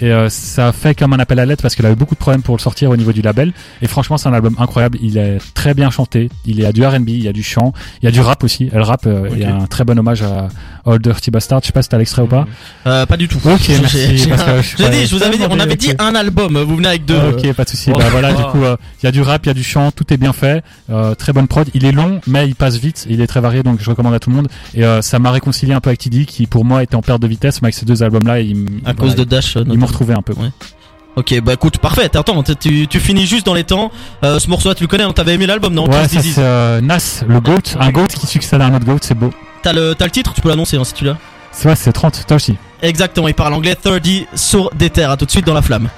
Et euh, ça fait comme un appel à l'aide parce qu'il a eu beaucoup de problèmes pour le sortir au niveau du label. Et franchement, c'est un album incroyable. Il est très bien chanté. Il y a du RB, il y a du chant, il y a du rap aussi. Elle rap, euh, il y a un très bon hommage à Old Dirty Bastard. Je sais pas si t'as l'extrait ou pas.
Euh, pas du tout.
Ok,
J'ai-
merci,
j'ai
parce
un-
que je suis
j'ai
pas-
dit, je vous avais dit, on avait dit
Ok.
un album. Vous venez avec deux.
Ah, ok, pas de souci.
Oh,
bah voilà,
oh.
du coup, euh, il y a du rap, il y a du chant, tout est bien fait. Euh, très bonne prod. Il est long, mais il passe vite. Il est très varié, donc je recommande à tout le monde. Et euh, ça m'a réconcilié un peu avec Tidy, qui pour moi était en perte de vitesse, mais avec ces deux albums-là, il m-
euh, À
voilà,
cause de Dash.
il m'ont retrouvé un peu.
Ok, bah écoute, parfait. Attends, t- tu, tu finis juste dans les temps. Euh, ce morceau-là, tu le connais, hein, t'avais aimé l'album, non
ouais,
Kiss
ça
Disease.
c'est euh, Nas, le GOAT, un GOAT qui succède à un autre GOAT, c'est beau.
T'as le, t'as le titre, tu peux l'annoncer hein, si tu l'as.
C'est vrai, c'est 30, toi aussi.
Exactement, il parle anglais 30 sur des terres. À tout de suite dans la flamme.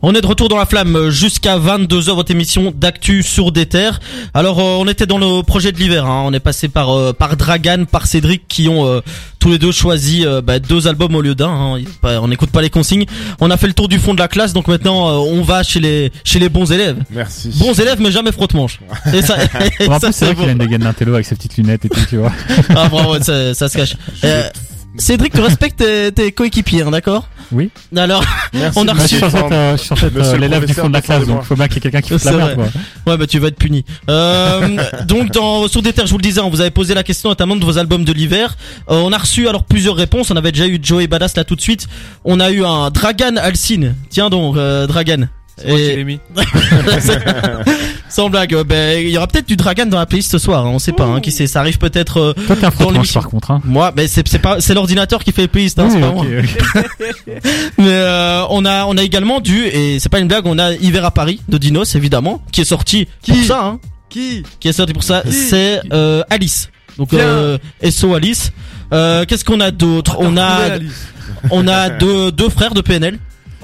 On est de retour dans la flamme euh, jusqu'à 22h votre émission d'actu sur des terres. Alors euh, on était dans nos projets de l'hiver, hein. on est passé par euh, par Dragan, par Cédric qui ont euh, tous les deux choisi euh, bah, deux albums au lieu d'un. hein. Il- bah, On n'écoute pas les consignes. On a fait le tour du fond de la classe, donc maintenant euh, on va chez les chez les bons élèves.
Merci. Ah
Bons élèves mais jamais frotte-manche. Et ça, et
en
ça,
plus, c'est vrai
beau.
qu'il a une dégaine d'intello avec ses petites lunettes et tout, tu vois.
Ah bravo, ça, ça se cache. Euh, Cédric, tu respectes tes, tes coéquipiers, hein, d'accord
Oui.
Alors,
Merci,
on a
Moi, je
reçu.
suis censé être, euh, je suis censé être,
Monsieur
euh,
le
l'élève du
professeur,
fond de la classe,
défendez-moi.
donc faut bien qu'il y ait quelqu'un qui foute
C'est
la merde,
vrai.
quoi.
Ouais, bah tu vas être puni. Euh, donc, dans sur des terres, je vous le disais, on vous avait posé la question notamment de vos albums de l'hiver. Euh, on a reçu alors plusieurs réponses. On avait déjà eu Joey Badass là tout de suite. On a eu un Dragan Alcine. Tiens donc, euh, Dragan.
C'est moi
Et-
qui l'ai mis.
Sans blague, euh, ben, il y aura peut-être du Dragan dans la playlist ce soir. hein, on sait pas, hein, qui sait. Ça arrive peut-être. euh,
Toi, t'es un
Dans
frottement,
l'émission.
par contre, hein.
moi, mais c'est c'est pas, c'est l'ordinateur qui fait les playlists. Hein, c'est
Oui,
pas
ok,
moi.
ok.
Mais euh, on a on a également dû et c'est pas une blague, on a Hiver à Paris de Dinos évidemment qui est sorti pour ça hein.
Qui
Qui est sorti pour ça,
Qui
c'est euh, Alice. Donc
Bien.
euh, SO Alice. Euh, qu'est-ce qu'on a d'autre On
Retrouvé,
a
Alice.
on a deux deux frères de PNL.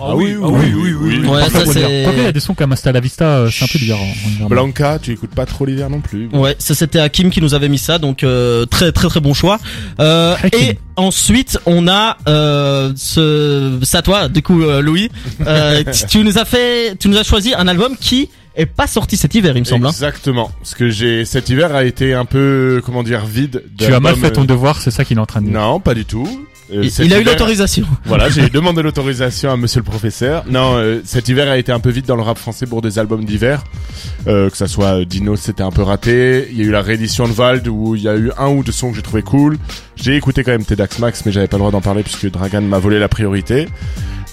Ah oui,
ah
oui, oui, oui.
Ouais, ça,
Parfois, faut le dire.
c'est-
Parfois, il y a des sons comme Hasta la Vista, euh, c'est un peu bizarre. en- en hiver.
Blanca, tu écoutes pas trop l'hiver non plus.
Ouais, ça c'était Hakim qui nous avait mis ça donc euh, très très très bon choix. Euh,
Hakim.
et ensuite, on a euh, ce ça toi du coup euh, Louis, Euh, tu, tu nous as fait tu nous as choisi un album qui est pas sorti cet hiver, il me semble. hein.
Exactement. Parce que j'ai cet hiver a été un peu comment dire vide.
Tu as mal
d'albums,
fait ton
euh,
devoir, c'est ça qu'il est en train de dire.
Non, pas du tout. Euh,
Il,
cet
il a eu
hiver-
l'autorisation.
Voilà, j'ai demandé l'autorisation à monsieur le professeur. Non, euh, cet hiver a été un peu vite dans le rap français pour des albums d'hiver. Euh, que ça soit euh, Dino, c'était un peu raté. Il y a eu la réédition de Vald où il y a eu un ou deux sons que j'ai trouvé cool. J'ai écouté quand même Tedax Max, mais j'avais pas le droit d'en parler puisque Dragan m'a volé la priorité.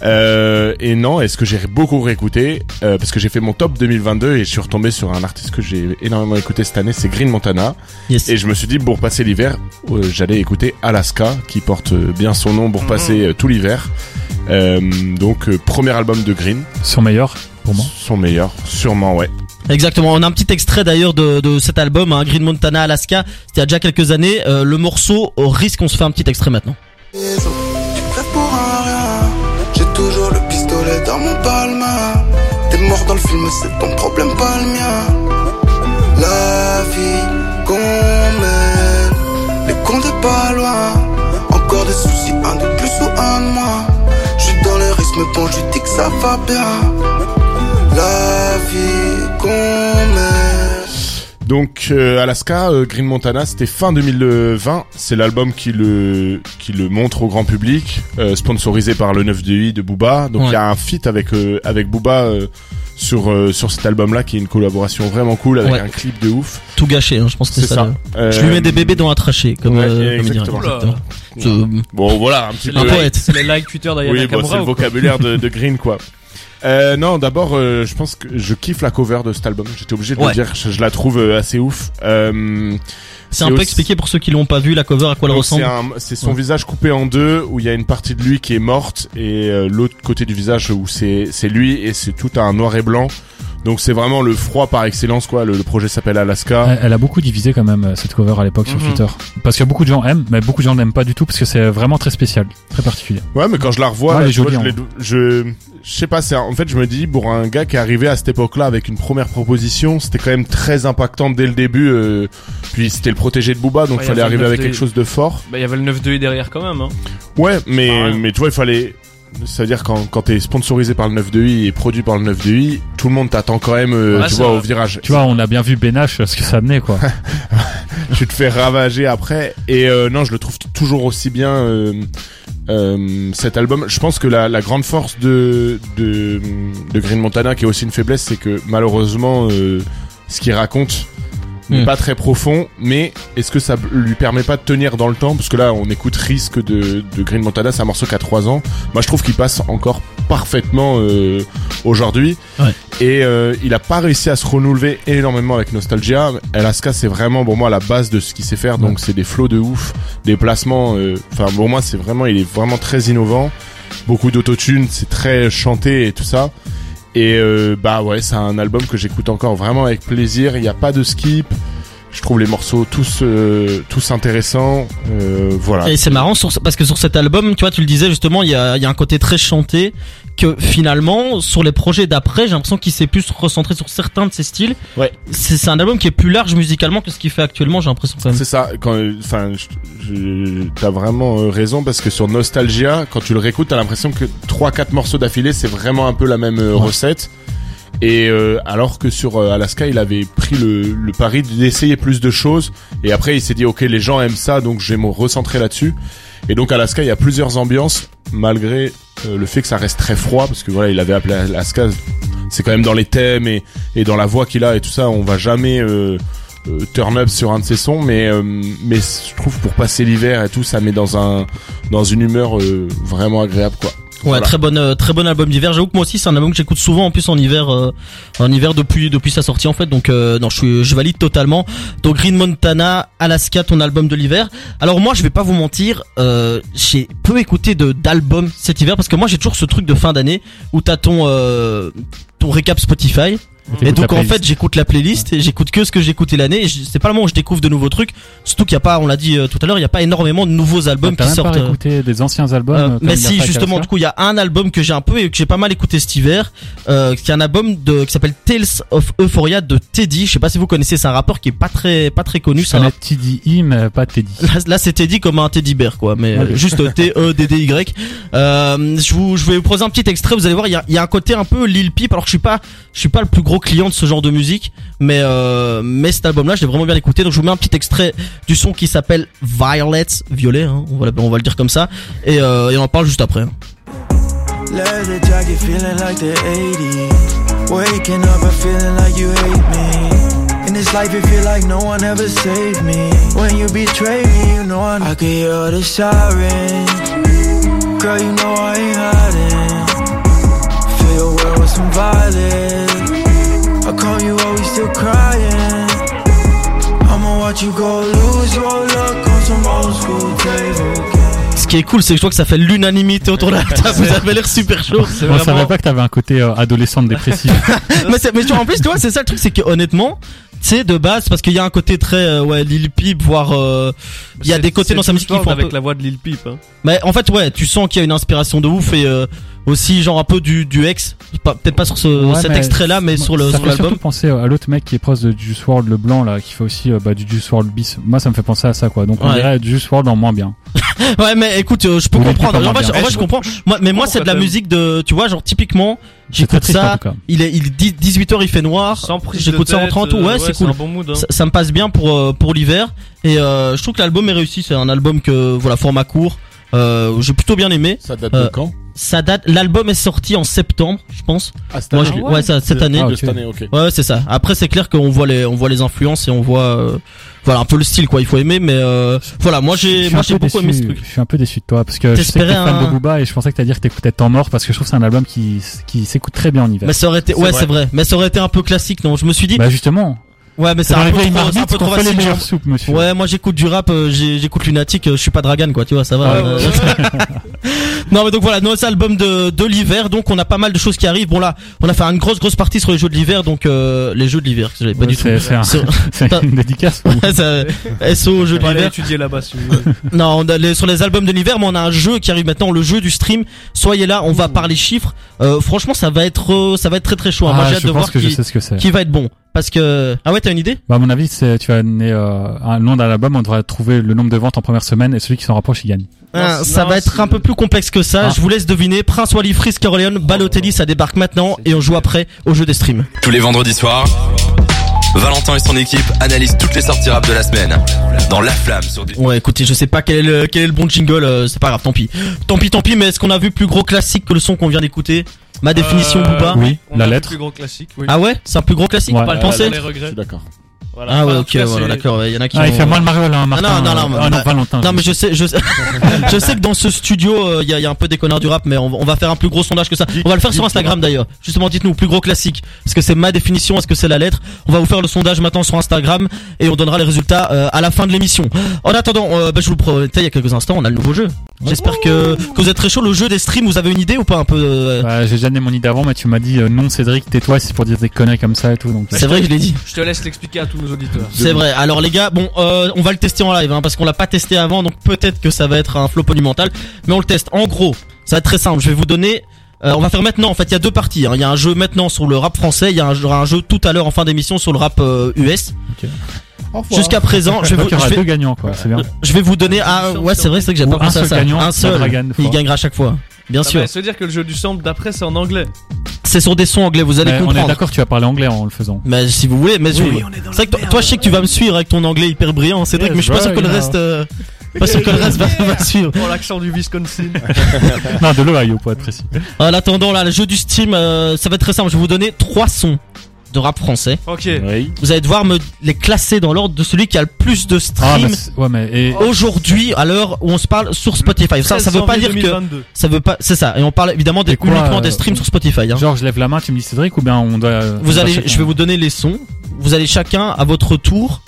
Euh, et non, est-ce que j'ai beaucoup réécouté euh, Parce que j'ai fait mon top 2022 et je suis retombé sur un artiste que j'ai énormément écouté cette année, c'est Green Montana.
Yes.
Et je me suis dit, pour passer l'hiver, euh, j'allais écouter Alaska, qui porte euh, bien son nom
Mhm.
pour passer euh, tout l'hiver. Euh, donc, euh, premier album de Green,
Son meilleur, pour moi.
son meilleur, sûrement, ouais.
Exactement, on a un petit extrait d'ailleurs de, de cet album, hein, Green Montana Alaska, c'était il y a déjà quelques années, Euh, le morceau au risque, on se fait un petit extrait maintenant.
les autres. Tu crèves pour un rien. J'ai toujours le pistolet dans mon palma. T'es mort dans le film, c'est ton problème, pas le mien. La vie qu'on mène, les comptes pas loin. Encore des soucis, un de plus ou un de moins. J'suis dans le rythme, bon, j'lui dis que ça va bien. La vie qu'on mène.
Donc, euh, Alaska, euh, Green Montana, c'était fin 2020. C'est l'album qui le, qui le montre au grand public, euh, sponsorisé par le 9 DI de Booba. Donc, il
Ouais.
y a un feat avec, euh, avec Booba euh, sur, euh, sur cet album-là, qui est une collaboration vraiment cool avec
Ouais.
un clip de ouf. Euh,
Tout gâché, hein, je pense que c'est ça. le- Je lui mets des bébés dans un traché, comme,
ouais,
euh, comme il dirait.
exactement.
Exactement. C'est-
Bon, voilà, un petit
Un
peu.
poète.
C'est les likes Twitter d'Ayana
Oui, bon, c'est le vocabulaire de, de Green, quoi. Euh, non, d'abord, euh, je pense que je kiffe la cover de cet album. J'étais obligé de
Ouais.
le dire, je, je la trouve euh, assez ouf. Euh,
C'est un peu
aussi-
expliqué pour ceux qui l'ont pas vu, la cover, à quoi elle
donc, c'est
ressemble.
un- C'est son
Ouais.
visage coupé en deux, où il y a une partie de lui qui est morte et euh, l'autre côté du visage où c'est c'est lui et c'est tout un noir et blanc. Donc c'est vraiment le froid par excellence quoi. Le, le projet s'appelle Alaska.
Elle, elle a beaucoup divisé quand même euh, cette cover à l'époque sur
Ah. Mhm.
Twitter. Parce que beaucoup de gens aiment, mais beaucoup de gens n'aiment pas du tout parce que c'est vraiment très spécial, très particulier.
Ouais, mais quand je la revois,
Ouais,
là,
Ah, elle est
tu vois,
jolie, hein.
je, l'ai- je, je sais pas, c'est un- en fait, je me dis, pour un gars qui est arrivé à cette époque-là avec une première proposition, c'était quand même très impactant dès le début. euh, puis c'était le protégé de Booba, donc
Ouais,
il
y
fallait
avait
arriver
le
avec
9D.
quelque chose de fort.
Bah, il y avait le 9-2 derrière quand même. Hein.
Ouais,
Ah
mais, mais tu vois, il fallait. C'est-à-dire quand, quand t'es sponsorisé par le 9DI et produit par le 9DI, tout le monde t'attend quand même, euh,
Ouais,
tu
c'est
vois,
vrai.
au virage.
Tu vois, on a bien vu Benache euh, ce que ça amenait quoi.
tu te fais ravager après. Et euh, non, je le trouve t- toujours aussi bien euh, euh, cet album. Je pense que la, la grande force de, de de Green Montana, qui est aussi une faiblesse, c'est que malheureusement, euh, ce qu'il raconte n'est
Mm.
pas très profond. Mais est-ce que ça b- lui permet pas de tenir dans le temps Parce que là, on écoute Risque de, de Green Montana, c'est un morceau qui a 3 ans. Moi, je trouve qu'il passe encore parfaitement euh, aujourd'hui.
Ouais.
Et euh, il a pas réussi à se renouveler énormément avec Nostalgia. Alaska, c'est vraiment pour moi la base de ce qu'il sait faire. Donc c'est des flots de ouf, des placements. euh, Enfin pour moi, c'est vraiment, il est vraiment très innovant. Beaucoup d'autotune, c'est très chanté et tout ça. Et euh, bah ouais, c'est un album que j'écoute encore vraiment avec plaisir. Il n'y a pas de skip. Je trouve les morceaux tous euh, tous intéressants. Euh, voilà.
Et c'est marrant sur, ce- parce que sur cet album, tu vois, tu le disais justement, il y a, il y a un côté très chanté que finalement sur les projets d'après, j'ai l'impression qu'il s'est plus recentré sur certains de ses styles.
Ouais.
C'est c'est un album qui est plus large musicalement que ce qu'il fait actuellement, j'ai l'impression quand même.
C'est ça. Quand, enfin, je- je- t'as vraiment euh, raison parce que sur Nostalgia, quand tu le réécoutes, t'as l'impression que trois, quatre morceaux d'affilée, c'est vraiment un peu la même euh, recette. Et euh, alors que sur euh, Alaska, il avait pris le, le pari d'essayer plus de choses. Et après, il s'est dit, ok, les gens aiment ça, donc je vais me recentrer là-dessus. Et donc Alaska, il y a plusieurs ambiances, malgré euh, le fait que ça reste très froid, parce que voilà, il avait appelé Alaska. C'est quand même dans les thèmes et, et dans la voix qu'il a et tout ça, on va jamais euh, euh, turn up sur un de ses sons, mais euh, mais je trouve pour passer l'hiver et tout, ça met dans un dans une humeur euh, vraiment agréable quoi.
Ouais, très bonne, euh, très bon album d'hiver. J'avoue que moi aussi, c'est un album que j'écoute souvent en plus en hiver, euh, en hiver depuis depuis sa sortie en fait. Donc euh, non, je suis, je valide totalement. Donc Green Montana, Alaska, ton album de l'hiver. Alors moi, je vais pas vous mentir, euh, j'ai peu écouté de d'albums cet hiver parce que moi j'ai toujours ce truc de fin d'année où t'as ton euh, ton récap Spotify. Et
t'écoutes
donc
la
en
playlist.
fait j'écoute la playlist et j'écoute que ce que j'ai écouté l'année. Et je- C'est pas le moment où je découvre de nouveaux trucs. Surtout qu'il y a pas, on l'a dit euh, tout à l'heure, il y a pas énormément de nouveaux albums
T'as
qui
même pas
sortent. euh,
écouté des anciens albums.
euh,
euh, comme
mais
il a fait
si
avec
justement
Alaska
du coup il y a un album que j'ai un peu et que j'ai pas mal écouté cet hiver euh, qui est un album de qui s'appelle Tales of Euphoria de Teddy je sais pas si vous connaissez c'est un rappeur qui est pas très pas très connu
Je
c'est un
connais TDI, mais pas Teddy.
Là, là, c'est Teddy comme un Teddy Bear quoi, mais euh,
Ouais.
juste T E D D Y. Euh, je vous je vais vous proposer un petit extrait. Vous allez voir, il y a, il y a un côté un peu Lil Peep. Alors que je suis pas je suis pas le plus gros client de ce genre de musique, mais euh, mais cet album-là, je l'ai vraiment bien écouté. Donc je vous mets un petit extrait du son qui s'appelle Violet, violet. hein, on va l'app- on va le dire comme ça. Et, euh, et on en parle juste après. hein.
Leather jacket feeling like the 80s. Waking up, I feeling like you hate me. In this life, it feel like no one ever saved me. When you betray me, you know I, I can hear the siren. Girl, you know I ain't hiding. Fill your world with some violence. How come you always still crying? I'ma watch you go lose your luck on some old school table.
Ce qui est cool, c'est que je vois que ça fait l'unanimité autour de la table. Vous avez l'air super chaud.
On savait pas que t'avais un côté euh, adolescente dépressive.
mais, c'est- mais tu vois, en plus, tu vois, c'est ça le truc, c'est que honnêtement, tu sais, de base, parce qu'il y a un côté très, euh, ouais, Lil Peep, voire, euh, il y a
C'est-
des côtés
c'est
dans sa musique qui
Discord
font un
avec
peu-
la voix de Lil Peep. hein.
Mais en fait, ouais, tu sens qu'il y a une inspiration de ouf et euh, aussi genre un peu du du ex, Pas- peut-être pas sur ce,
Ouais,
euh, cet
mais
extrait-là, mais
ça-
sur le
ça
sur
fait surtout
l'album.
penser à l'autre mec qui est proche de Juice World le blanc là qui fait aussi euh, bah, du Juice World bis moi ça me fait penser à ça quoi donc on
Ouais.
dirait Juice World en moins bien
Ouais, mais écoute, euh, je peux
Oui,
comprendre.
oui,
En vrai, je, en
bien.
vrai, je comprends. Moi, mais moi, c'est de la
quand même.
musique de, tu vois, genre typiquement, j'écoute
très triste, en
ça.
tout cas.
Il est, il est 10 18h, il fait noir.
Sans prise de
J'écoute ça en
tête,
30 ouais,
euh, ouais,
c'est
c'est
cool.
un bon mood, hein.
ça, ça me passe bien pour euh, pour l'hiver et euh, je trouve que l'album est réussi, c'est un album que voilà, format court. Euh, j'ai plutôt bien aimé.
Ça date
Euh,
de quand
Ça date l'album est sorti en septembre, je pense.
Ah, cette
Moi,
année
je- ouais, ça, cette
De-
année.
de
Ah, ok.
cette année, ok.
Ouais, ouais, c'est ça. Après, c'est clair qu'on voit les, on voit les influences et on voit, euh, voilà, un peu le style, quoi. Il faut aimer, mais euh, voilà, moi
Je
j'ai,
suis
moi
un
j'ai
peu
beaucoup aimé ce
déçu-
truc.
je suis un peu déçu de toi parce que je sais que t'es
T'espérais
fan
un-
de Booba et je pensais que t'allais dire que t'écoutais Temps Mort parce que je trouve que c'est un album qui, qui s'écoute très bien en hiver
Mais ça aurait été,
C'est
ouais,
vrai.
c'est vrai. Mais ça aurait été un peu classique, non Je me suis dit,
bah justement
Ouais, mais c'est
dans
un
les
peu
vieilles
trop, c'est un
marmites
peu
qu'on
trop
fait les
facile,
meilleures
genre.
soupes, monsieur.
Ouais, moi j'écoute du rap, euh, j'ai- j'écoute Lunatic, euh, je suis pas Dragan quoi, tu vois, ça va.
Ouais,
euh, non mais donc voilà, nos albums de, de l'hiver, donc on a pas mal de choses qui arrivent. Bon là, on a fait une grosse grosse partie sur les jeux de l'hiver, donc euh, les jeux de l'hiver, que j'avais pas
Ouais,
du tout.
c'est- c'est un-
Sur-
c'est
T'as-
une dédicace.
Ouais, ça- SO jeux de
On va aller
l'hiver.
étudier là-bas. si vous voulez.
Non, on a les- sur les albums de l'hiver, mais on a un jeu qui arrive maintenant, le jeu du stream. Soyez là, on va parler chiffres. Euh, franchement, ça va être euh, ça va être très très chaud. hein. Moi
Ah,
j'ai hâte
je
de
pense
voir
que je
qui-
sais ce que c'est.
qui va être bon parce que ah ouais, t'as une idée
Bah, à mon avis, c'est, tu vas donner euh, un nom d'album, on devrait trouver le nombre de ventes en première semaine et celui qui s'en rapproche, il gagne.
Ah, ça va être un peu plus complexe que ça. Je vous laisse deviner. Prince Wally, Freeze Caroleon, Balotelli, ça débarque maintenant et on joue après au jeu des streams.
Tous les vendredis soirs, Valentin et son équipe analysent toutes les sorties rap de la semaine dans La Flamme sur des...
Ouais, écoutez, je sais pas quel est le, quel est le bon jingle. euh, c'est pas grave, tant pis. Tant pis, tant pis. Mais est-ce qu'on a vu plus gros classique que le son qu'on vient d'écouter Ma définition,
Euh,
Booba.
Oui,
On
la
a le
lettre.
Plus gros classique. oui.
Ah ouais, c'est un plus gros classique.
Ouais.
on va le
Euh,
penser.
Dans les regrets.
D'accord.
Voilà.
Ah ouais,
Bah,
Enfin, en
ok,
tout cas,
voilà,
c'est-
d'accord. ouais, Il y en a qui.
Ah, il
ont-
fait moins le mariole, hein,
Ah
Martin.
non, non, non,
Ah,
bah,
Valentin.
Non mais je sais, je sais, je sais que dans ce studio euh, il y, a, il y a un peu des connards du rap, mais on, va- on va faire un plus gros sondage que ça. On va le faire sur Instagram d'ailleurs. Justement, dites-nous plus gros classique. Est-ce que c'est ma définition Est-ce que c'est la lettre On va vous faire le sondage maintenant sur Instagram et on donnera les résultats euh, à la fin de l'émission. En attendant, euh, bah, je vous le promettais il y a quelques instants, on a le nouveau jeu. J'espère que, que vous êtes très chaud. Le jeu des streams, vous avez une idée ou pas un peu euh,
Bah, j'ai déjà donné mon idée avant, mais tu m'as dit euh, non, Cédric, tais-toi, c'est pour dire des conneries comme ça et tout. Donc, euh,
C'est vrai que je l'ai dit.
Je te laisse l'expliquer à tous nos auditeurs.
C'est vrai. Alors les gars, bon, euh, on va le tester en live hein, parce qu'on l'a pas testé avant, donc peut-être que ça va être un flop monumental, mais on le teste. En gros, ça va être très simple. Je vais vous donner. euh, on va faire maintenant. En fait, il y a deux parties. hein. Il y a un jeu maintenant sur le rap français. Il y a un, il y aura un jeu tout à l'heure en fin d'émission sur le rap euh, US.
Ok.
Jusqu'à présent, je vais,
Donc,
vous,
il y aura
je,
deux
vais,
gagnants, quoi. C'est bien.
je vais vous donner. Ah ouais, c'est vrai, c'est que j'ai
Ou
pas
un
pensé à
seul
ça.
gagnant,
un seul.
la dragon,
il
fois.
gagnera à chaque fois. Bien
Ça
sûr.
va se dire que le jeu du sample d'après c'est en anglais.
C'est sur des sons anglais. Vous allez
Mais on est
comprendre.
d'accord, tu vas parler anglais en le faisant.
Mais si vous voulez, mais je- c'est vrai que toi, toi, je sais que tu vas me suivre avec ton anglais hyper brillant, c'est vrai,
Yes, bah
mais je suis pas sûr que le
right
reste, euh, pas sûr que le reste va, va suivre.
Pour l'accent du Wisconsin.
non, de l'Ohio, pour être précis.
En attendant, là, le jeu du Steam, euh, ça va être très simple. Je vais vous donner trois sons de rap français.
Ok.
Oui.
Vous allez devoir me les classer dans l'ordre de celui qui a le plus de
Ah, mais
streams
c'est- ouais, mais et-
Oh, aujourd'hui, à l'heure où on se parle sur Spotify. Ça, ça veut pas dire que ça veut pas, c'est ça. Et on parle évidemment des,
Et quoi,
uniquement des
euh,
streams sur Spotify. hein.
genre, je lève la main, tu me dis Cédric, ou bien on doit. euh, on
Vous
doit
allez,
chacun-
je vais vous donner les sons. Vous allez chacun à votre tour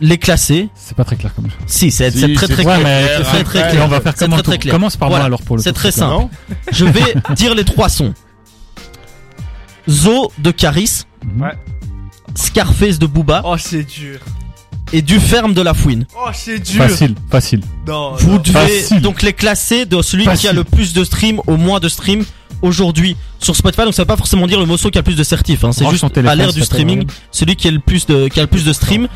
les classer.
C'est pas très clair comme ça.
Si, c'est
Si,
c'est très
c'est
très
ouais,
clair.
mais euh,
clair,
c'est très
après,
clair.
on va faire
C'est
comment
très,
le tour
très clair.
Commence par
Voilà.
moi alors pour le
C'est
tour,
très
s'il te plaît.
simple.
Non
Je vais dire les trois sons. Zo de Caris.
Mhm.
Ouais.
Scarface de Booba
Oh c'est dur.
et Du Ferme de La Fouine.
Oh c'est dur.
Facile, facile.
Non.
Vous
non.
devez
Facile.
donc les classer de celui qui a
Facile.
le plus de streams au moins de streams aujourd'hui sur Spotify. Donc ça veut pas forcément dire le morceau qui a le plus de certifs. hein. C'est
Branche
juste
ton téléphone,
à l'ère
ça
du
fait
streaming,
rien.
celui qui a le plus de qui a le plus de streams.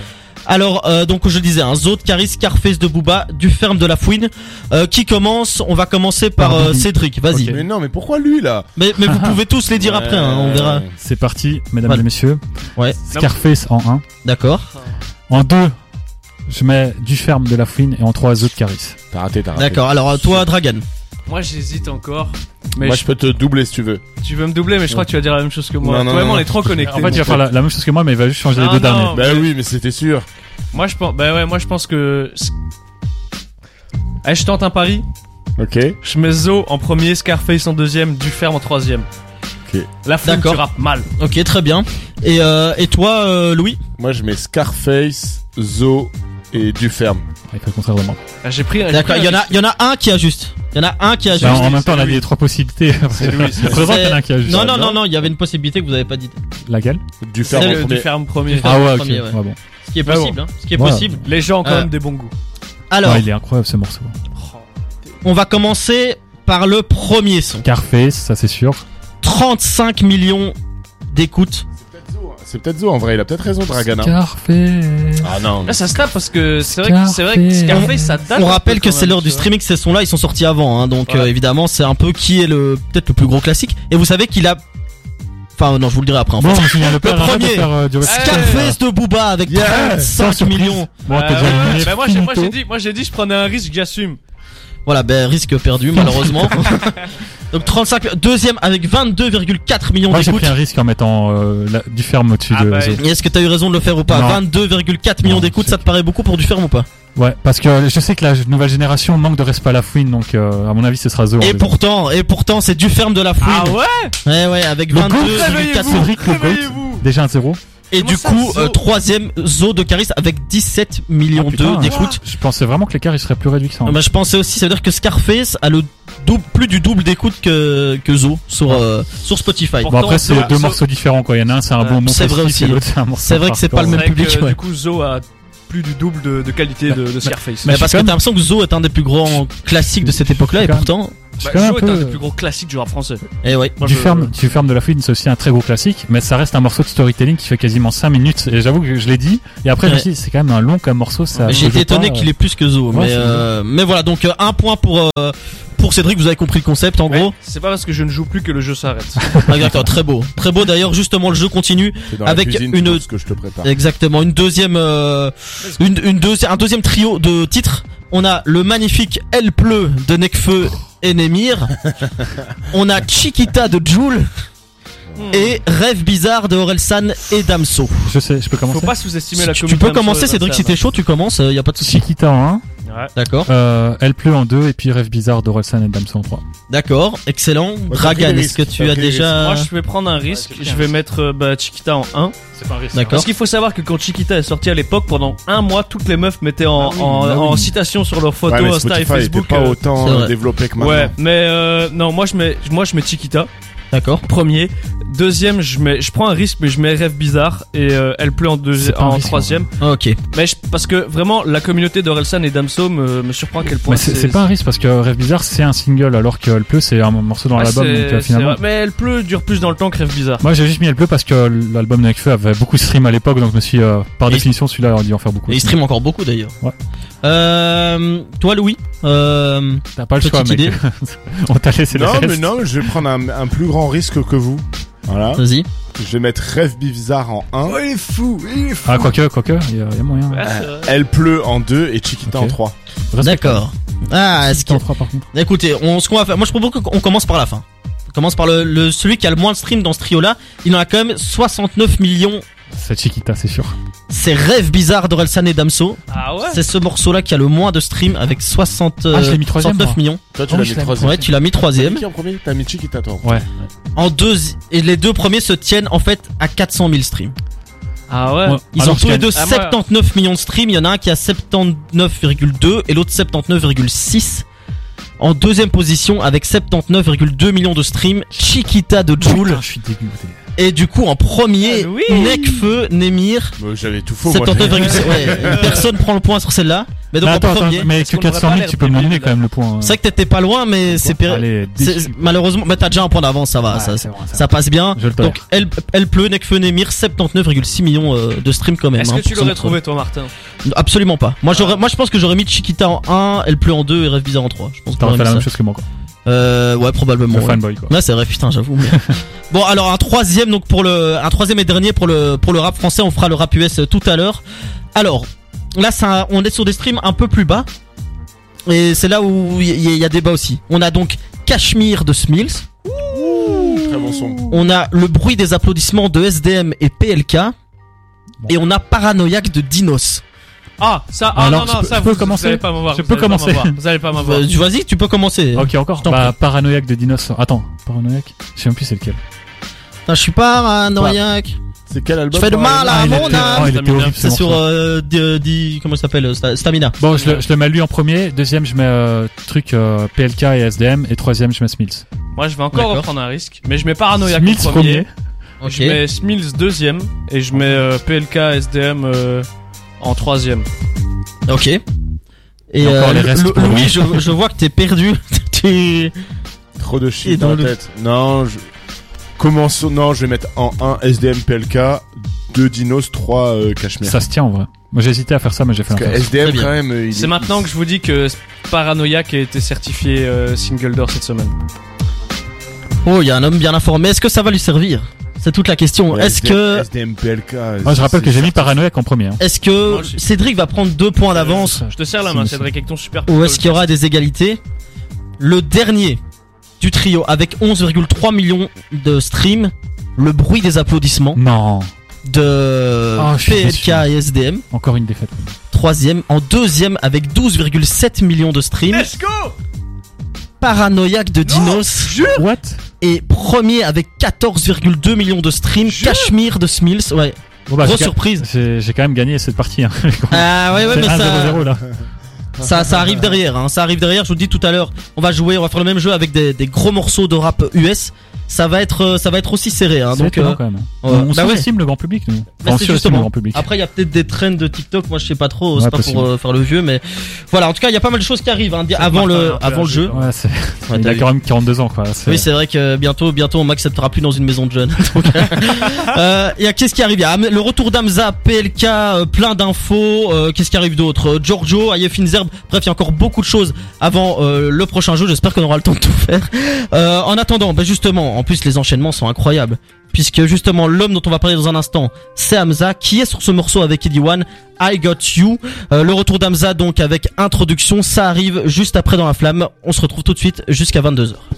Alors euh, donc je le disais, un Zo de Caris, Scarface de Booba, Du Ferme de La Fouine. Euh, qui commence On va commencer par
Par
euh,
Bibi.
Cédric. Vas-y.
Ok.
Mais non, mais pourquoi lui là
Mais, mais vous pouvez tous les dire après, hein, on verra.
C'est parti, mesdames
Voilà.
et messieurs.
Ouais.
Scarface en 1.
D'accord.
En 2, je mets du ferme de la fouine et en 3, Zo de Caris.
T'as raté, t'as raté.
D'accord. Alors euh, toi, Dragan.
Moi j'hésite encore. Mais
Moi,
je-
je peux te doubler si tu veux.
tu veux me doubler mais je crois que tu vas dire la même chose que moi.
Non, non,
Toi et
non,
moi on
non.
est trop connectés.
En fait, il va faire la, la même chose que moi, mais il va juste changer
Non,
les deux
non.
derniers.
Bah oui, mais c'était sûr.
Moi je pense. Bah ouais moi je pense que. Allez je tente un pari.
Ok.
Je mets Zo en premier, Scarface en deuxième, Duferme en troisième.
Ok.
La fouine tu
D'accord.
rappes mal.
Ok, très bien. Et euh, et toi, euh, Louis
Moi, je mets Scarface, Zo et Duferme.
Il fait le contraire de moi.
Ah, J'ai pris. j'ai
D'accord. Il
pris
y en
un-
a, il y en a un qui a juste. Il y en a un qui a
Bah,
juste.
en même temps, on a
lui.
dit les trois possibilités. C'est
lui, c'est lui.
qu'il y en a un qui a juste.
Non, non, non, non. Il y avait une possibilité que vous avez pas dite.
Laquelle
Duferme
C'est
en
le
premier.
Duferme premier.
Ah,
Ah ouais, ok.
premier, ouais.
Ouais, bon.
Ce qui est
Ah bon.
possible. hein, Ce qui est
Ouais.
possible.
Les gens ont quand
Euh.
même des bons goûts.
Alors,
Ah, il est incroyable ce morceau.
on va commencer par le premier son.
Scarface, ça c'est sûr.
35 millions d'écoutes.
C'est peut-être Zo en vrai, il a peut-être raison, Dragana.
Scarface.
Ah non. mais-
Là ça se tape parce que c'est vrai que c'est vrai que
Scarface.
Scarface ça date.
On
un peu
rappelle que
quand
c'est
même,
l'heure du
tu vois.
streaming. Ces sons-là, ils sont sortis avant. hein, donc
Voilà.
euh, évidemment, c'est un peu qui est le peut-être le plus gros classique. Et vous savez qu'il a. Enfin, non, je vous le dirai après. En
Bon,
fait.
je viens de pas
Le
arrête de
premier.
faire euh, du rap.
Scarface de Booba avec
Yeah. Sans
35
surprise.
millions.
Bon,
Bah
t'as
ouais,
déjà
ouais,
une
bah moi j'ai moi,
finito.
j'ai dit moi j'ai dit je prenais un risque j'assume.
Voilà, ben, risque perdu malheureusement. Donc 35, deuxième avec 22,4 millions
Moi j'ai
d'écoutes.
pris un risque en mettant euh, la- du ferme au-dessus
Ah
de
bah,
Zo.
Et Est-ce que t'as eu raison de le faire ou pas
Non.
22,4 millions
Non,
d'écoutes,
c'est
ça te paraît beaucoup pour du ferme ou pas
Ouais, parce que je sais que la nouvelle génération manque de respect à la fouine, donc euh, à mon avis ce sera Zo. en
Et
deuxième.
pourtant, et pourtant, c'est du ferme de la fouine.
Ah ouais
ouais, ouais, avec
Le goût,
22,4 millions.
Cédric le goat, déjà un 0
Et du coup, euh, troisième zoo de Caris avec 17 millions d'eux
Ah, Putain,
d'écoutes.
Je, je pensais vraiment que l'écart il serait plus réduit que ça. hein. en
Ah bah, je pensais aussi, ça veut dire que Scarface a le double, plus du double d'écoutes que, que Zo sur, euh, sur Spotify.
Ah. Bon après c'est deux morceaux différents quoi. Il y en a un c'est un bon morceau
c'est vrai aussi.
festif, et l'autre, c'est un morceau
C'est vrai que c'est pas le
hardcore.
même public.
que, euh, bah, Du coup, Zo a plus du double de, de qualité de, de Scarface.
Mais bah, parce que t'as l'impression que Zo est un des plus grands classiques de cette époque-là et pourtant.
Bah,
quand même un
Zo est un
peu-
des plus gros classiques du rap français.
Et ouais.
Moi,
du,
je-
ferme, du ferme de la fouine, c'est aussi un très gros classique, mais ça reste un morceau de storytelling qui fait quasiment 5 minutes. Et j'avoue que je l'ai dit. Et après, je me
Ouais.
suis dit, c'est quand même un long comme morceau. Ça,
Mais J'ai été
je joue pas,
étonné qu'il
euh,
ait plus que Zo.
Ouais,
mais,
c'est
euh, mais voilà, donc euh, un point pour, euh, pour Cédric, vous avez compris le concept en gros.
C'est pas parce que je ne joue plus que le jeu s'arrête.
Exactement, Ah, très beau. Très beau d'ailleurs, justement le jeu continue
C'est dans la
avec
cuisine, tu
une
vois ce que je te prépare.
Exactement, une deuxième euh, une, une deuxi- un deuxième trio de titres. On a le magnifique Elle pleut de Necfeu et Nemir. On a Chiquita de Joule
Hmm.
et Rêve bizarre de Orelsan et Damso.
Je sais, je peux commencer.
Faut pas sous-estimer la
Tu
communauté
peux
Damso
commencer
et
Cédric si
Orelsan.
t'es chaud, tu commences, il y a pas de souci.
Chiquita en 1,
Ouais.
D'accord.
euh, Elle pleut en 2, et puis Rêve bizarre de Rolsan et Damso en 3.
D'accord, excellent. Dragan,
le
est-ce que
risque,
tu as
t'as pris le
déjà
Moi, je vais prendre un risque. je vais mettre euh, bah, Chiquita en 1.
C'est pas un risque.
D'accord.
Parce qu'il faut savoir que quand Chiquita est sortie à l'époque, pendant un mois, toutes les meufs mettaient
Ah
en, en,
bah oui.
en citation sur leurs
Ouais,
photos
mais
Insta et
Spotify était
Facebook.
pas
euh,
c'est
autant
vrai.
euh, développé que
ouais,
maintenant.
mais euh, non, moi je mets, moi je mets Chiquita.
D'accord.
Premier, deuxième, je mets, je prends un risque, mais je mets Rêve bizarre et euh, elle pleut en
C'est
deuxième,
pas un
en
risque, hein.
troisième.
OK.
Mais je- parce que vraiment, la communauté d'Orelsan et Damso me, me surprend à quel point
Mais c'est c'est pas un risque parce que Rêve bizarre c'est un single, alors que Elle pleut c'est un morceau dans
Ouais,
l'album.
c'est-
donc, euh,
c'est
finalement.
vrai. Mais elle pleut dure plus dans le temps que Rêve bizarre.
Moi j'ai juste mis Elle pleut parce que l'album de Nekfeu avait beaucoup de stream à l'époque, donc je me suis, euh, par
Et-
définition, celui-là aurait dû en faire beaucoup.
Et il stream encore beaucoup d'ailleurs.
Ouais.
Euh, toi Louis, euh,
T'as pas le
Petite
choix, mec.
idée.
On t'a laissé le
Non,
reste.
mais non, je vais prendre un, un plus grand risque que vous. Voilà.
vas-y.
Je vais mettre Rêve Bizarre en 1,
il est fou, il est fou.
Ah, quoique, quoique, il y, a- il y a moyen.
Ouais, c'est vrai.
Elle pleut en 2 et Chiquita
Ok.
en 3.
D'accord. Ah, est-ce
C'était
que
en 3 par contre.
Écoutez, on, ce qu'on va faire, moi je propose qu'on commence par la fin. On commence par le, le- celui qui a le moins de stream dans ce trio-là. Il en a quand même 69 millions.
C'est Chiquita, c'est sûr.
C'est Rêve Bizarre d'Orelsan et Damso.
Ah ouais.
C'est ce morceau-là qui a le moins de stream avec 60,
Ah, je l'ai mis troisième,
69
moi.
millions.
Toi, tu
Oh,
l'as
je
mis
l'aime.
troisième.
Ouais, tu l'as mis
T'as mis
troisième.
qui en premier T'as mis Chiquita toi. en
Ouais.
En deux, et les deux premiers se tiennent en fait à 400 000 streams.
Ah ouais.
Ouais.
Ils
Alors,
ont tous
je
les
gagne.
deux
Ah, moi-
79 millions de streams. Il y en a un qui a 79,2 et l'autre 79,6. En deuxième position avec 79,2 millions de streams, Chiquita de Joule.
Putain, je suis dégoûté.
Et du coup, en premier,
Ah oui.
Necfeu, Nemir,
Bah, J'avais tout faux. moi.
79,7. Ouais, personne prend le point sur celle-là. Mais donc
Mais
en
attends,
premier.
attends, mais que
qu'on aurait
400
pas
000,
l'air
tu peux me
débile,
donner
là.
quand même le point. hein.
C'est vrai que t'étais pas loin, mais c'est péri-
Allez,
c'est-
déçu.
Malheureusement, mais t'as déjà un point d'avance, ça va.
Ouais,
ça,
c'est vrai,
ça passe bien.
Je le tolère.
Donc, elle, elle pleut, Necfeu, Nemir, 79,6 millions euh, de streams quand même.
Est-ce
hein,
que tu
pour
l'aurais
son-
trouvé toi, Martin
Absolument pas. Moi, j'aurais, moi, je pense que j'aurais mis Chiquita en 1, elle pleut en 2 et Rêve Bizarre en 3. Je pense que
T'aurais
j'aurais
fait la
mis
même
ça.
chose que moi, quoi.
Euh, ouais, probablement.
Le
ouais.
fanboy, quoi.
Ouais, c'est vrai, putain, j'avoue. mais- bon, alors un troisième, donc pour le, un troisième et dernier pour le, pour le rap français. On fera le rap US tout à l'heure. Alors, là, ça, on est sur des streams un peu plus bas. Et c'est là où il y, il y a débat aussi. On a donc Cachemire de Smills.
Très bon son.
On a le bruit des applaudissements de SDM et PLK. Et on a Paranoïaque de Dinos.
Ah, ça, ah,
Alors,
non,
je
non,
peux-
ça,
je
vous,
peux
vous
commencer
allez pas m'avoir.
Je
vous
peux
allez pas
commencer
m'avoir, Vous allez pas m'avoir.
Euh, Vas-y, tu peux commencer.
Ok, encore.
t'en
Bah, paranoïaque de Dinos. Attends, paranoïaque. Je sais même plus c'est lequel.
Putain, je suis paranoïaque.
C'est quel
Je
album
fais de mal à
il
Ah, mon
était-
âme.
oh, il était horrible, ce
C'est sur,
morceau.
euh, di- di- comment ça s'appelle, euh, Sta- Stamina.
Bon, je le, je le mets à lui en premier. Deuxième, je mets euh, truc euh, PLK et SDM. Et troisième, je mets Smills.
Moi, je vais encore
D'accord.
reprendre un risque, mais je mets Paranoia
Smills
en
premier.
premier. Je mets Smills deuxième et je mets euh, PLK SDM euh, en troisième.
Ok. Et,
Et encore les restes
Lou-
pour
Louis,
moi.
je, je vois que t'es perdu. T'es-
Trop de
hein. Et
shit
dans
dans la
le-
tête. Non, je... Commençons. Non, je vais mettre en 1 SDM PLK, 2 Dinos, 3 euh, Cachemire.
Ça se tient en vrai. Moi, j'ai hésité à faire ça, mais j'ai fait un
Parce que
truc.
Très
SDM
bien.
quand même. euh, il
C'est
est-
maintenant que je vous dis que Paranoia qui a été certifié euh, single d'or cette semaine.
Oh, il y a un homme bien informé. Est-ce que ça va lui servir C'est toute la question.
Ouais,
est-ce
SDM
que
SDM PLK.
Moi, je rappelle
c'est-
que j'ai mis paranoïaque en premier. hein.
est-ce que
Moi, je-
Cédric va prendre deux points d'avance
Je te serre la
C'est
main,
monsieur.
Cédric, avec ton super.
ou est-ce qu'il y aura des égalités Le dernier du trio avec 11,3 millions de streams, le bruit des applaudissements
Non,
de
Ah, je suis
PLK
déçu.
et SDM.
encore une défaite.
Troisième, en deuxième avec 12,7 millions de streams,
Let's go
Paranoïaque de Dinos.
What
Et premier avec 14,2 millions de streams, Cachemire de Smills, ouais.
Bon, bah,
Grosse
j'ai-
surprise.
J'ai j'ai quand même gagné cette partie. hein.
Ah ouais, ouais,
C'est
mais ça.
1-0-0, là.
Ça, ça arrive derrière, hein. ça arrive derrière. Je vous le dis tout à l'heure, on va jouer, on va faire le même jeu avec des, des gros morceaux de rap US. Ça va être, euh, ça va être aussi serré. Hein.
C'est
Donc,
étonnant,
euh,
quand même.
ouais.
On
Bah ouais.
sous-estime le grand public, nous.
Bah,
Enfin, on
c'est
surestime
justement.
le grand public.
Après, il y a peut-être des trends de TikTok. Moi, je sais pas trop. C'est
Ouais,
pas
possible.
pour euh, faire le vieux, mais voilà. En tout cas, il y a pas mal de choses qui arrivent hein, avant le, avant le jeu.
Ouais, c'est-
Ouais,
il
t'as
a
vu.
quand même 42 ans, quoi. C'est-
Oui, c'est vrai que bientôt, bientôt, on m'acceptera plus dans une maison de jeunes. Donc, euh, il y a qu'est-ce qui arrive Il y a Am- le retour d'Amza, PLK, euh, plein d'infos. euh, qu'est-ce qui arrive d'autre Euh, Giorgio, Ayef Inzerb. Bref, il y a encore beaucoup de choses avant euh, le prochain jeu. J'espère qu'on aura le temps de tout faire. Euh, en attendant, bah justement, en plus, les enchaînements sont incroyables. Puisque justement, l'homme dont on va parler dans un instant, c'est Hamza, qui est sur ce morceau avec Eddie One, I Got You. Euh, le retour d'Hamza, donc, avec introduction, ça arrive juste après dans la flamme. On se retrouve tout de suite jusqu'à 22h.